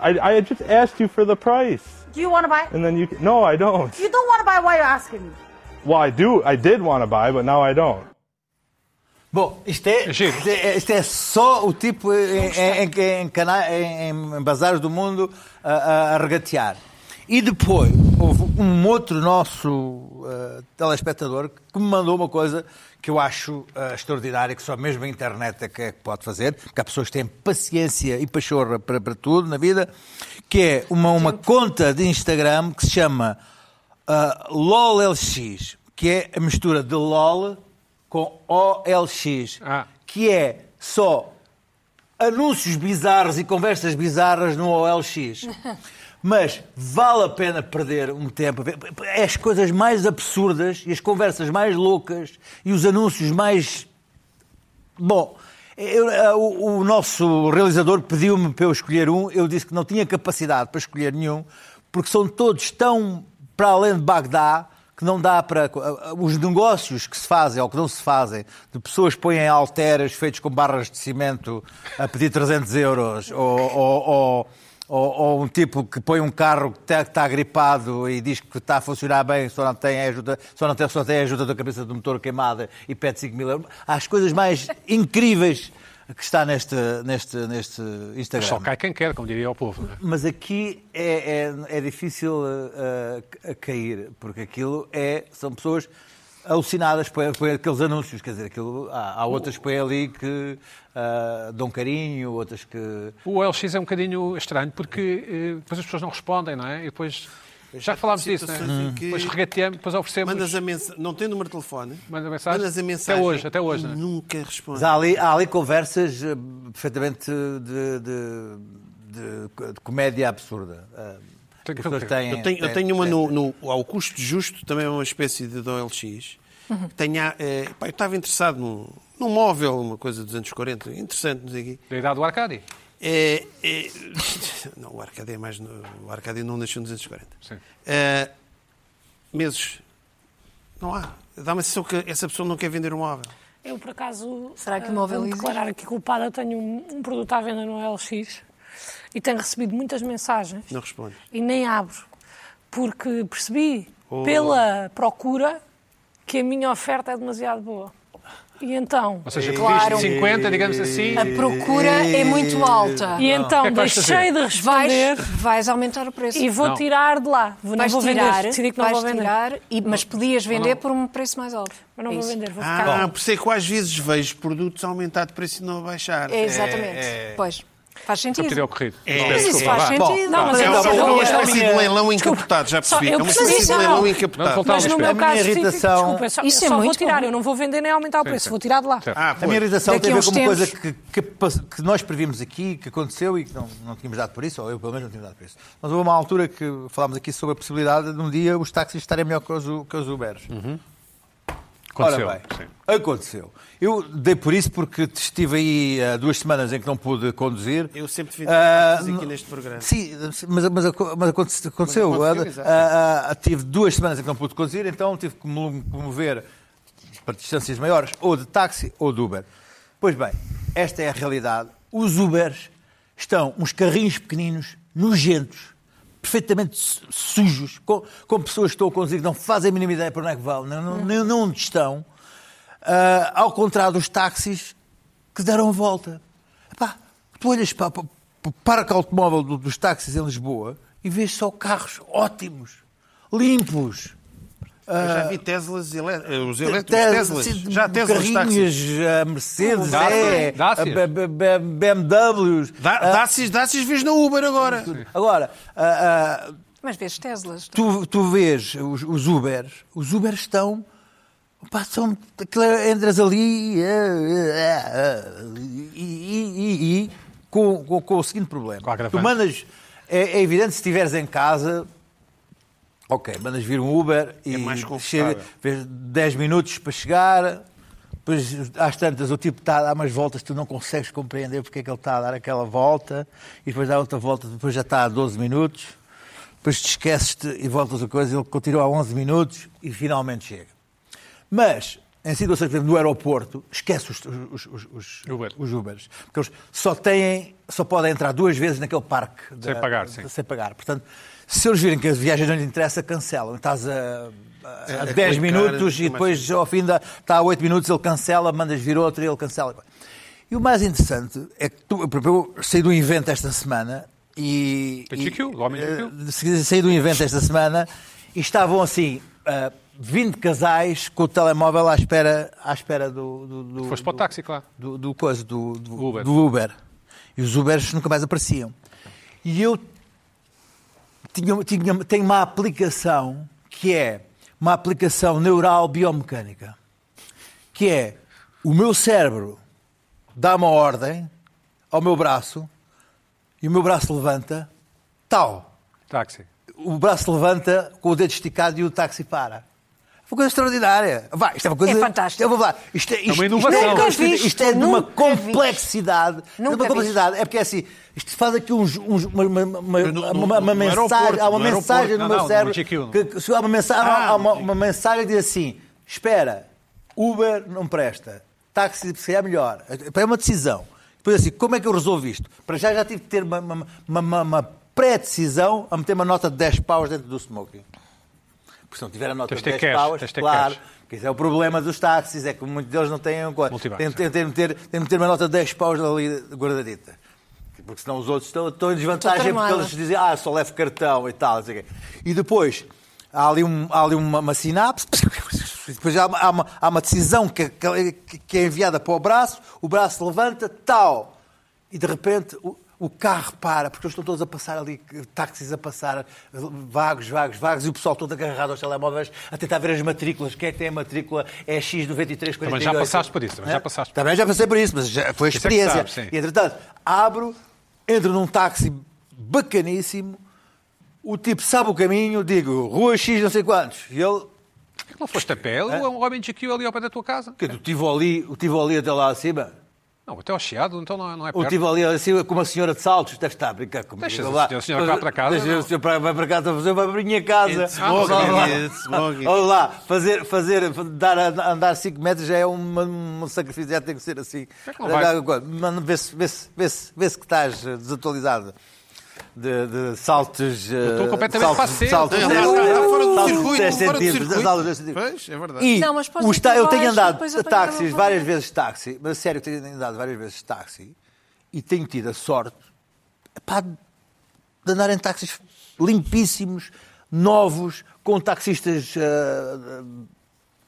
H: I, I just asked you for the price,
G: Do you want to buy?
H: and then you. No, I don't.
G: You don't want to buy. Why you asking me?
H: Well, I do. I did want to buy, but now I don't.
D: Bom, isto é,
A: Giro.
D: isto é- isto é só o tipo em, em, em- em cana- em- em bazares do mundo a, a- a regatear. E depois houve um outro nosso ah, telespectador que me mandou uma coisa que eu acho ah, extraordinária, que só mesmo a internet é que, é que pode fazer, porque há pessoas que têm paciência e pachorra para, para tudo na vida, que é uma, uma conta de Instagram que se chama ah, LOLLX, que é a mistura de LOL com OLX,
A: Ah.
D: que é só anúncios bizarros e conversas bizarras no OLX. Mas vale a pena perder um tempo a ver. É as coisas mais absurdas e as conversas mais loucas e os anúncios mais. Bom, eu- eh, o, o nosso realizador pediu-me para eu escolher um. Eu disse que não tinha capacidade para escolher nenhum, porque são todos tão para além de Bagdá que não dá para. eh, Os negócios que se fazem ou que não se fazem, de pessoas que põem alteras feitos com barras de cimento a pedir 300 euros ou. ou- ou- ou- ou um tipo que põe um carro que está, que está gripado e diz que está a funcionar bem, só não tem a ajuda, só não tem, só tem a ajuda da cabeça do motor queimada e pede 5 mil euros. Há as coisas mais incríveis que está neste, neste, neste Instagram.
A: Só cai quem quer, como diria o povo. não é?
D: Mas aqui é, é, é difícil eh, eh, a cair, porque aquilo é, são pessoas alucinadas por, por aqueles anúncios. Quer dizer, aquilo, há, há outras que põem ali que ah, dão carinho, outras que.
A: O OLX é um bocadinho estranho porque eh, depois as pessoas não respondem, não é? E depois. Já falámos disso, não é?
B: situações em que
A: Depois regateamos, depois oferecemos.
B: Mandas a mensagem, não tem número de telefone,
A: Manda mensagem.
B: mandas a
A: Até
B: mensagem
A: hoje, até hoje,
B: e
A: né?
B: nunca responde.
D: Mas há ali, há ali conversas eh, perfeitamente de, de- de- de comédia absurda. Ah,
A: Tenho
D: as
A: que
D: pessoas
A: ver.
D: têm-
B: Eu tenho, eu
D: têm-
B: tenho uma no, no- ao custo justo, também é uma espécie de OLX. que Tenha, eh, pá, eu estava interessado num, num móvel, uma coisa dos anos 40, interessante, não sei o quê.
A: Da idade do Arcádio.
B: É, é, não, o Arcade é mais. no- O Arcade não nasceu nos anos 40.
A: Sim.
B: É, meses. Não há. Dá-me a sensação que essa pessoa não quer vender um móvel.
C: Eu, por acaso,
F: Será que o
C: eh,
F: móvel
C: vou-me
F: existe?
C: declarar aqui culpada, eu tenho um, um produto à venda no LX e tenho recebido muitas mensagens
B: Não responde.
C: e nem abro, porque percebi
A: Oh.
C: pela procura que a minha oferta é demasiado boa. E então,
A: Ou seja,
F: Claro.
A: pediste 50, digamos assim.
F: A procura é muito alta.
C: e
A: O que
C: então
A: é que vais
C: deixei de responder
F: Vais, vais aumentar o preço.
C: e vou
A: Não.
C: tirar de lá. Vou, não
F: vais
C: vou
F: tirar,
C: vender, decidi que não
F: vais
C: vou vender.
F: tirar, e- mas podias vender por um preço mais alto.
C: Mas não
F: É
C: vou
F: isso.
C: vender, vou ficar.
B: Ah, por isso é que eu às vezes vejo produtos a aumentar de preço e não a baixar.
F: É, exatamente.
B: É,
F: Pois. Faz
A: Só
F: sentido.
A: tirei o corrido.
D: É
F: Mas isso
A: Desculpa,
F: faz
A: vá.
F: sentido.
C: Não, mas
B: é,
C: é
B: uma-
C: isso
B: é uma
C: minha-
B: espécie de leilão
C: Desculpa.
B: encapotado, já
C: Só-
B: percebi.
C: eu
B: É uma
C: percebi,
B: espécie de
C: não.
B: leilão
A: Não,
B: encapotado.
A: voltar-
C: Mas no
A: A
C: meu
D: minha
C: caso, específico,
D: irritação-
C: desculpa, eu só,
F: Isso
C: eu
F: é
C: só vou
F: muito
C: tirar,
F: bom.
C: eu não vou vender nem aumentar o preço,
A: sim.
C: vou tirar de lá.
A: Certo.
B: Ah,
D: A minha
B: pois.
D: irritação
F: Daqui
D: tem a
F: a
D: ver
F: uns
D: com uma coisa
F: tempos.
D: que, que pass- que nós previmos aqui, que aconteceu e que não, não tínhamos dado por isso, ou eu pelo menos não tínhamos dado por isso. Mas houve uma altura que falámos aqui sobre a possibilidade de um dia os táxis estarem melhor que os, U- que os Ubers.
A: Uhum. Aconteceu.
D: Ora bem,
A: Sim.
D: aconteceu. Eu dei por isso porque estive aí há duas semanas em que não pude conduzir.
B: Eu sempre defendi
D: Ah,
B: táxis aqui neste programa.
D: Sim, mas, mas aco- mas aconte- aconteceu.
B: aconteceu,
D: Ah,
B: exato.
D: ah, ah, tive duas semanas em que não pude conduzir, então tive que me locomover para distâncias maiores, ou de táxi ou de Uber. Pois bem, esta é a realidade. Os Ubers estão uns carrinhos pequeninos, nojentos, perfeitamente su- sujos, com, com pessoas que estão a conduzir que não fazem a mínima ideia para onde é que vão, não, não, nem- nem onde estão, Ah, ao contrário dos táxis que deram a volta. Epá, tu olhas para, para, para o parque automóvel do- dos táxis em Lisboa e vês só carros ótimos, limpos.
B: Eu já vi Teslas, ele... eh, os elétricos
D: Tes-
B: Teslas.
D: sim,
B: Já Teslas, táxis.
D: assim, carrinhos, a Mercedes,
A: Dácias,
D: é,
A: Dácias.
D: a B- B- BMWs.
B: Dá- Dácias, Dácias vês na Uber agora.
D: Agora, ah, ah,
F: Mas vês Teslas.
D: tu, tu vês os, os Ubers, os Ubers estão. Pá, são, aquilo é- entras ali é, é, é, e, e- e- e com, com- com o seguinte problema.
A: Com a agravante.
D: tu mandas. É, é evidente se estiveres em casa. Ok, mandas vir um Uber
A: É
D: e
B: mais
D: chega,
B: confortável.
D: vês 10 minutos para chegar. Depois, às tantas, o tipo está a dar umas voltas que tu não consegues compreender porque é que ele está a dar aquela volta. E depois dá outra volta, depois já está a 12 minutos. Depois te esqueces-te e voltas a coisa. Ele continua a 11 minutos e finalmente chega. Mas, em situações, por exemplo, no aeroporto, esquece os, os, os, os,
A: Uber.
D: os Ubers. Porque eles só, têm, só podem entrar duas vezes naquele parque.
A: Sem pagar, sim.
D: Sem pagar. Portanto, se eles virem que as viagens não lhe interessa, cancelam. Estás a, a, a
B: É,
D: 10
B: clicar,
D: minutos e
B: como
D: depois, ao fim da. Está a 8 minutos, ele cancela, mandas vir outro e ele cancela. E o mais interessante é que tu, por exemplo, eu saí de um evento esta semana e.
A: Da
D: e-
A: GQ, do homem da GQ.
D: eh, se- saí de um evento esta semana e estavam assim ah, 20 casais com o telemóvel à espera, à espera do, do, do-
A: Foste para o
D: do-
A: táxi, claro.
D: do, do coisa, do, do-
A: Uber.
D: do Uber. E os Ubers nunca mais apareciam. E eu tinha, tinha, tenho uma aplicação que é uma aplicação neural biomecânica, que é o meu cérebro dá uma ordem ao meu braço e o meu braço levanta, tal
A: Táxi. É
D: o braço levanta com o dedo esticado e o táxi para. É Uma coisa extraordinária. Vai, isto é uma coisa.
F: É fantástico.
D: Eu vou falar. Isto, é- isto,
A: uma inovação.
D: Isto,
A: Nunca
D: é- isto, é-
F: visto,
D: isto é de uma
F: nunca visto.
D: complexidade. É de
F: Nunca
D: uma
F: visto.
D: complexidade. É porque é assim, isto faz aqui uns, uns- uma, uma- uma- uma-
B: no-
D: uma- uma
B: no
D: mensagem.
B: aeroporto,
D: Há uma
B: no aeroporto.
D: mensagem
A: é Não, não,
D: no meu
A: no
D: cérebro.
A: GQ.
D: que- que se há uma mensagem,
B: Ah,
D: há uma,
B: no
D: uma mensagem que diz assim: espera, Uber não presta, táxi se calhar melhor. É uma decisão. Depois assim, como é que eu resolvo isto? Para já já tive que ter uma, uma- uma- uma- uma pré-decisão a meter uma nota de 10 paus dentro do smoking. Porque se não tiver a nota
A: Tens
D: de
A: de ter
D: 10
A: cash,
D: paus,
A: tens de ter
D: claro,
A: cash.
D: que esse é o problema dos táxis, é que muitos deles não têm um conta.
A: Multibanco,
D: Tem,
A: sim.
D: tem, tem, de ter- tem de ter uma nota de 10 paus ali guardadita. Porque senão os outros estão, estão em desvantagem
F: Estão
D: porque
F: tramada.
D: eles dizem, ah, só levo cartão e tal. não sei o quê. E depois há ali, um- há ali uma, uma sinapse, e depois há, uma- há uma, há uma decisão que, que- que é enviada para o braço, o braço levanta, tal. E de repente o, o carro para, porque eles estão todos a passar ali, táxis a passar, vagos, vagos, vagos, e o pessoal todo agarrado aos telemóveis a tentar ver as matrículas. Quem é que tem a matrícula? É X9348.
A: Também já passaste por isso, também já
D: Hã?
A: passaste por
D: Também já passei por isso, mas já
A: Isso
D: foi a
A: é que
D: experiência.
A: sabes, sim.
D: E, entretanto, abro, entro num táxi bacaníssimo, o tipo sabe o caminho, digo rua X não sei quantos, e ele
A: Porquê que não foste a pé? Ele é um homem de GQ ali ao pé da tua casa.
D: que do Tivoli, o Tivoli até lá acima,
A: Não, até ao Chiado, então não é, não é
D: o tipo
A: perto.
D: Tivoli acima com uma senhora de saltos, deve estar a brincar comigo.
A: Deixa-se,
D: Lá.
A: senhora, a senhora vai para casa,
D: Deixa-se,
A: não.
D: senhora para- vai para casa fazer vai para a minha casa.
B: It's smoking,
D: Olha lá.
B: it's smoking.
D: Olha lá, fazer, fazer, dar, a- andar 5 metros já é uma, um sacrifício, já tem que ser assim.
A: é que não vai?
D: Mano, Vê-se vê -se, vê -se, vê -se que estás desatualizado. De, de saltos. Eu
A: estou completamente faceiro.
D: saltos,
B: Não, ele
D: saltos,
B: está- está fora do
D: saltos de
B: circuito,
D: 10
B: fora do
D: centímetros,
B: circuito.
D: saltos de 10 centímetros.
B: Pois, é verdade.
D: E
F: Não, mas podes
D: o
F: ir
D: está-
F: para
D: eu tenho
F: baixo,
D: andado
F: depois
D: de
F: apanhar uma
D: táxis
F: volta.
D: várias vezes de táxi, mas a sério, tenho andado várias vezes de táxi e tenho tido a sorte epá, de andar em táxis limpíssimos, novos, com taxistas ah,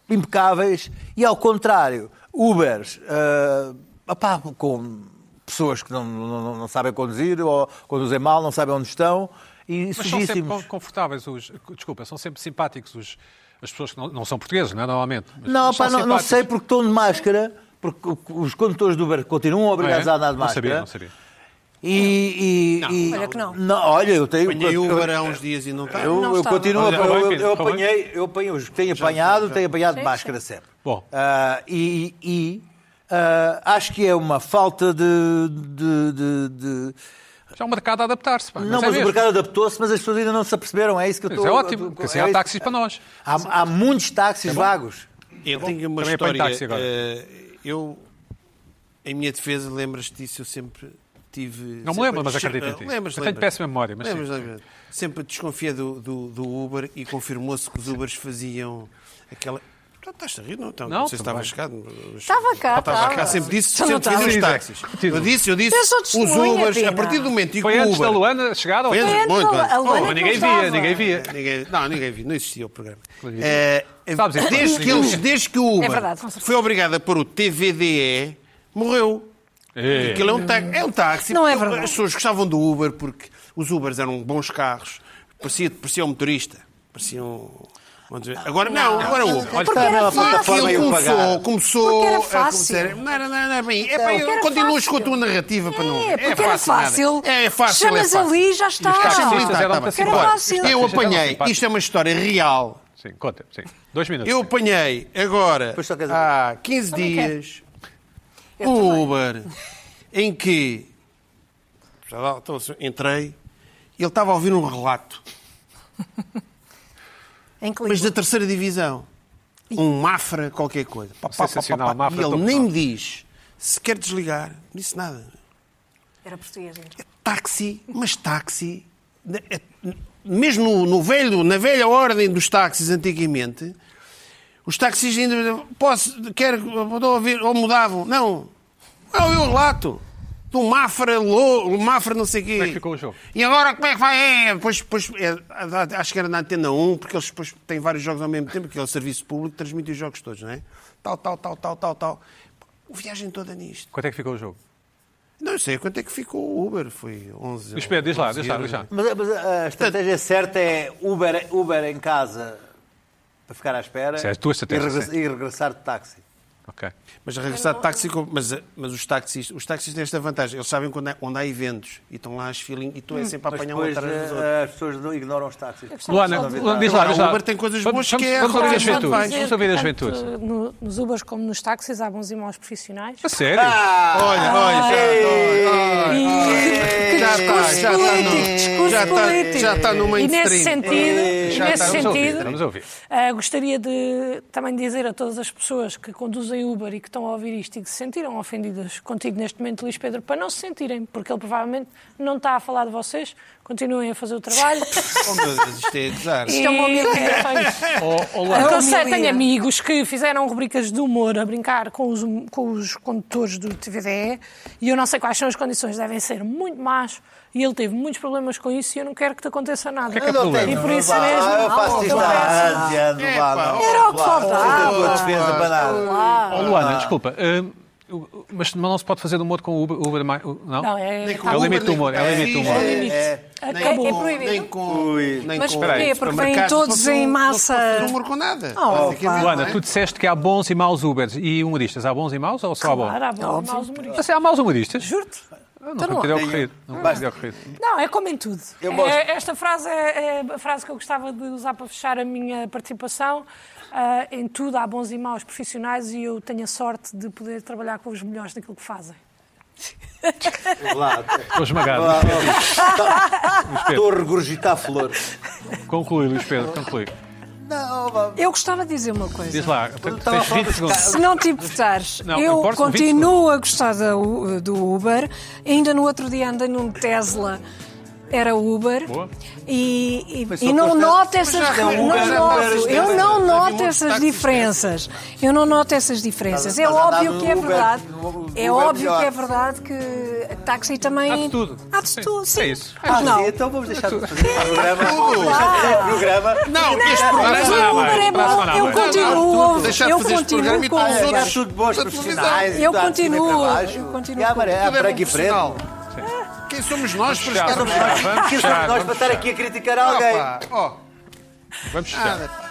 D: impecáveis e ao contrário, Ubers ah, opá, com pessoas que não, não- não- não sabem conduzir ou conduzem mal, não sabem onde estão e
A: Mas são sempre
D: sujíssimos.
A: con- confortáveis os. Desculpa, são sempre simpáticos os, as pessoas que não, não são portugueses, não é? Normalmente. Mas-
D: Não,
A: mas
D: pá,
A: são
D: não, não
A: simpáticos.
D: sei porque estão de máscara, porque o- os condutores do Uber continuam obrigados
A: Ah, é?
D: a andar de
A: Não
D: máscara.
A: sabia, não sabia.
D: E, e- e-
F: Olha que não.
D: olha, eu tenho.
B: Apanhei
D: eu,
B: Uber há uns dias e não tá. está.
D: eu,
F: Não
D: eu
F: estava.
D: continuo a-
A: Olha,
D: eu, eu,
A: bem, Pedro,
D: eu
A: bem.
D: apanhei, eu apanhei os que tenho apanhado, tenho apanhado de máscara sempre.
A: Bom.
D: Ah, e e, ah, acho que é uma falta de- de- de- de
A: Já o mercado a adaptar-se. pá,
D: não,
A: é
D: mas o
A: mesmo.
D: mercado adaptou-se, mas as pessoas ainda não se aperceberam. É isso que eu
A: Isso
D: estou
A: é ótimo,
D: eu-
A: porque assim
D: é
A: há
D: isso-
A: táxis É para nós.
D: Há, há muitos táxis vagos.
B: Eu tenho uma
A: Também apanho
B: história.
A: táxi agora.
B: eh, eu Em minha defesa, lembras-te disso? Eu sempre tive.
A: Não me
B: sempre Ah,
A: lembro, mas
B: desche-
A: acredito em ti.
B: Lembras,
A: Eu tenho
B: lembras.
A: péssima memória, mas
B: Lembras,
A: sim.
B: lembras. Sempre desconfiei do, do, do Uber e confirmou-se que os Ubers faziam aquela. Não, Estás a rir, não? Então, não,
A: Não,
B: sei se estava
A: também.
B: chegado.
F: Estava cá,
B: Estava cá,
F: estava.
B: sempre disse,
F: Só Tá, não tá.
B: sempre defendi os
A: estava.
B: táxis. Eu disse, eu disse,
F: Eu sou
B: os
F: testemunha,
B: Ubers, a
F: Pina.
B: partir do momento em que
A: Foi
B: o
A: antes da
B: Uber...
A: Luana chegar ao
B: Foi antes-
F: Foi
B: muito
F: antes da-
B: antes.
F: a Luana
A: Oh,
F: que
A: ninguém
F: não
A: via,
F: estava.
A: ninguém via.
B: Ninguém- não, ninguém viu, não existia o programa.
A: Ninguém
B: Eh,
A: Sabes, é
B: desde,
A: verdade.
B: que eles, desde que o Uber
F: É verdade, com certeza.
B: foi obrigado a pôr o TVDE, morreu.
A: É.
B: Aquilo é um, tá- é um táxi.
F: Não é
B: porque
F: verdade.
B: As pessoas gostavam do Uber porque os Ubers eram bons carros, parecia, parecia um motorista, parecia um... vamos dizer, Agora não, agora é o Uber.
F: Porque
D: está
F: era
D: na
B: Aquilo
D: plataforma.
F: fácil.
D: forma de o
B: começou,
D: pagar.
B: começou
F: Porque era
B: a
F: fácil.
B: acontecer. Não era, não era bem. É, pá,
F: porque
B: eu
F: era
B: continuas
F: fácil.
B: com a tua narrativa para não.
F: É, porque era
A: fácil, nada.
F: fácil.
B: É fácil,
F: Chamas
B: é fácil.
F: ali já está.
A: os
B: Deixa-me
A: taxistas
B: explicar,
A: eram
B: tá
A: muito
B: bem.
A: simpáticos.
B: Olha,
F: Os taxistas
B: Eu
A: eram
B: apanhei,
A: simpáticos.
B: isto é uma história real.
A: Sim, conta. Sim. Dois minutos.
B: Eu apanhei agora,
D: Pois só quer dizer-
B: há 15 dias, um Uber em que já lá, então, entrei e ele estava a ouvir um relato,
F: Em que
B: mas da terceira divisão. Um Mafra qualquer coisa. Pá, pá, pá,
A: Sensacional,
B: pá, pá.
A: Mafra
B: e ele
A: top,
B: nem
A: top.
B: me diz se quer desligar. Não disse nada.
F: Era português. então.
B: táxi, mas táxi, na- eh, mesmo no, no velho, na velha ordem dos táxis antigamente, os taxistas ainda posso, quero, vou ouvir, ou mudavam. Não, não, eu relato. Do Mafra, Lou, Mafra não sei o quê.
A: é que ficou o jogo?
B: E agora como é que vai? É, depois, depois, é, acho que era na Antena 1, porque eles depois têm vários jogos ao mesmo tempo, que é o serviço público, transmite os jogos todos, não é? Tal, tal, tal, tal, tal, tal. O viagem toda nisto.
A: Quanto é que ficou o jogo?
B: Não eu sei quanto é que ficou o Uber. Foi 11 ou
A: Espera, diz lá,
B: 12
A: diz lá,
B: euros.
A: diz lá.
D: Mas, eh, mas a estratégia certa é Uber, Uber em casa para ficar à espera
A: Isso é a tua
D: e,
A: estratégia,
D: regressa-
A: sim.
D: e regressar de táxi.
A: Ok.
B: Mas regressar de táxi, com- mas, eh, mas os táxis, os táxis têm esta vantagem. Eles sabem quando é- onde há, eventos e estão lá as filing e tu é sempre a
D: Hum. Mas
B: apanhar um
D: depois
B: atrás dos
D: eh,
B: outros.
D: as pessoas não ignoram os táxis.
A: Luana,
D: Não, não,
A: Luana, diz lá,
B: Agora,
A: diz lá.
B: o Uber tem coisas
A: Vamos-
B: boas
A: vamos-
B: que é
A: Vamos ouvir as
B: arranjar
A: virtudes.
B: mais.
A: Vamos ouvir as
C: Tanto
A: virtudes.
C: no- nos Ubers como nos táxis há bons e maus profissionais.
A: A sério?
C: Ah,
B: Olha, olha,
C: E,
B: já está, já está
F: político,
B: no,
F: discurso
B: já está,
F: político.
B: já está no
C: e
B: mainstream.
C: nesse sentido, e
A: Já
C: nesse
A: está, vamos ouvir,
C: sentido
A: vamos ouvir.
C: ah, gostaria de também dizer a todas as pessoas que conduzem Uber e que estão a ouvir isto e que se sentiram ofendidas contigo neste momento, Luís Pedro, para não se sentirem, porque ele provavelmente não está a falar de vocês, continuem a fazer o trabalho.
B: Oh, meu Deus, isto é a gozar.
F: Isto é uma humilhação.
C: É só isso.
A: Oh, oh,
C: Porque
A: Luana,
C: eu sei,
F: humilha.
C: tenho amigos que fizeram rubricas de humor a brincar com os, com os condutores do TVDE e eu não sei quais são as condições, devem ser muito más e ele teve muitos problemas com isso e eu não quero que te aconteça nada.
A: que é que eu tenho?
C: e por isso
D: Vá,
C: mesmo,
D: Ah, Eu faço isto
C: eu
D: há
C: peço-
D: anos e anos,
B: Epá,
D: vá, não.
F: Era o que
D: Vá,
F: faltava.
D: não sou da tua defesa para nada.
C: Ah.
A: oh, Luana, desculpa. hum, o- o- mas não se pode fazer humor com o Uber, Uber mais- o- não?
C: Não, é,
B: Nem com
C: tá
A: É o
C: bom.
A: limite do humor, é o limite do humor.
C: É o
B: É,
C: limite.
F: É
C: Acabou.
F: proibido.
B: Nem com. Nem
F: Mas
B: com
F: porquê? Porque
B: supermercados,
F: vêm todos
B: não se pode- Não se
F: em massa.
B: pode fazer humor com nada.
F: Oh,
B: Basicamente, não
A: Luana,
B: é?
A: tu disseste que há bons e maus Ubers e humoristas. Há bons e maus ou só há bons?
C: Claro, há tá bom, maus humoristas.
A: Mas há maus humoristas?
C: Juro-te.
A: Ah, Não
F: Então não
A: foi
F: há.
A: ao corrido. Não foi ao corrido.
C: Não, é como em tudo.
D: Eu gosto.
C: É- esta frase é, é a frase que eu gostava de usar para fechar a minha participação. Ah, em tudo há bons e maus profissionais e eu tenho a sorte de poder trabalhar com os melhores naquilo que fazem.
D: Vá,
A: Estou esmagado.
D: vá, vá. Estou a regurgitar flores.
A: Conclui, Luís Pedro, conclui.
D: Não, vá.
F: Eu gostava de dizer uma coisa.
A: Diz lá,
D: estava a
A: tens
D: falar
A: 20
D: dos
A: segundos.
F: Se não te importares,
A: Não,
F: eu
A: importa-me
F: continuo a gostar da U- do Uber. Ainda no outro dia andei num Tesla, era Uber.
A: Boa.
F: E, e-
D: Mas
F: e
D: só
F: não
D: com os
F: noto
D: Teslas-
F: essas
D: Mas já
F: não
D: com
A: um
D: o Uber,
F: noto,
D: Uber,
F: eu
D: Uber,
F: não
B: Uber,
F: noto
B: Uber,
F: essas
B: táxis,
F: diferenças. Eu não noto essas diferenças. É
D: Mas andar
F: óbvio
D: no
F: que é
D: Uber,
F: verdade.
D: no Uber
F: É óbvio
D: melhor.
F: que é verdade que táxi também.
A: Há de tudo.
F: Há de tudo, sim.
A: É isso.
F: Ah,
D: Ah,
F: não.
D: sim, então vamos deixar de fazer o programa. Vamos fazer o programa.
B: Não, este
F: Mas o
B: programa.
F: Uber é
A: Para a semana
F: bom.
A: há
F: Eu
A: mais.
F: continuo. a-
B: Deixar de
F: Eu
B: fazer este programa
F: continuo
B: e
F: com
B: todos os
F: o
B: outros
F: Uber.
D: Tudo bons
B: Da
D: profissionais.
B: televisão.
F: Eu
D: dá-se
F: continuo,
D: bem para baixo.
F: eu continuo
D: E há maré, há
B: Tudo é
D: branco e frente.
B: profissional. Quem somos nós para
A: Já,
B: estar
A: vamos fechar,
D: Quem somos nós
A: vamos
D: para estar aqui a criticar
B: Ah,
D: alguém?
B: pá, ó,
A: Vamos fechar.
B: nada, pá.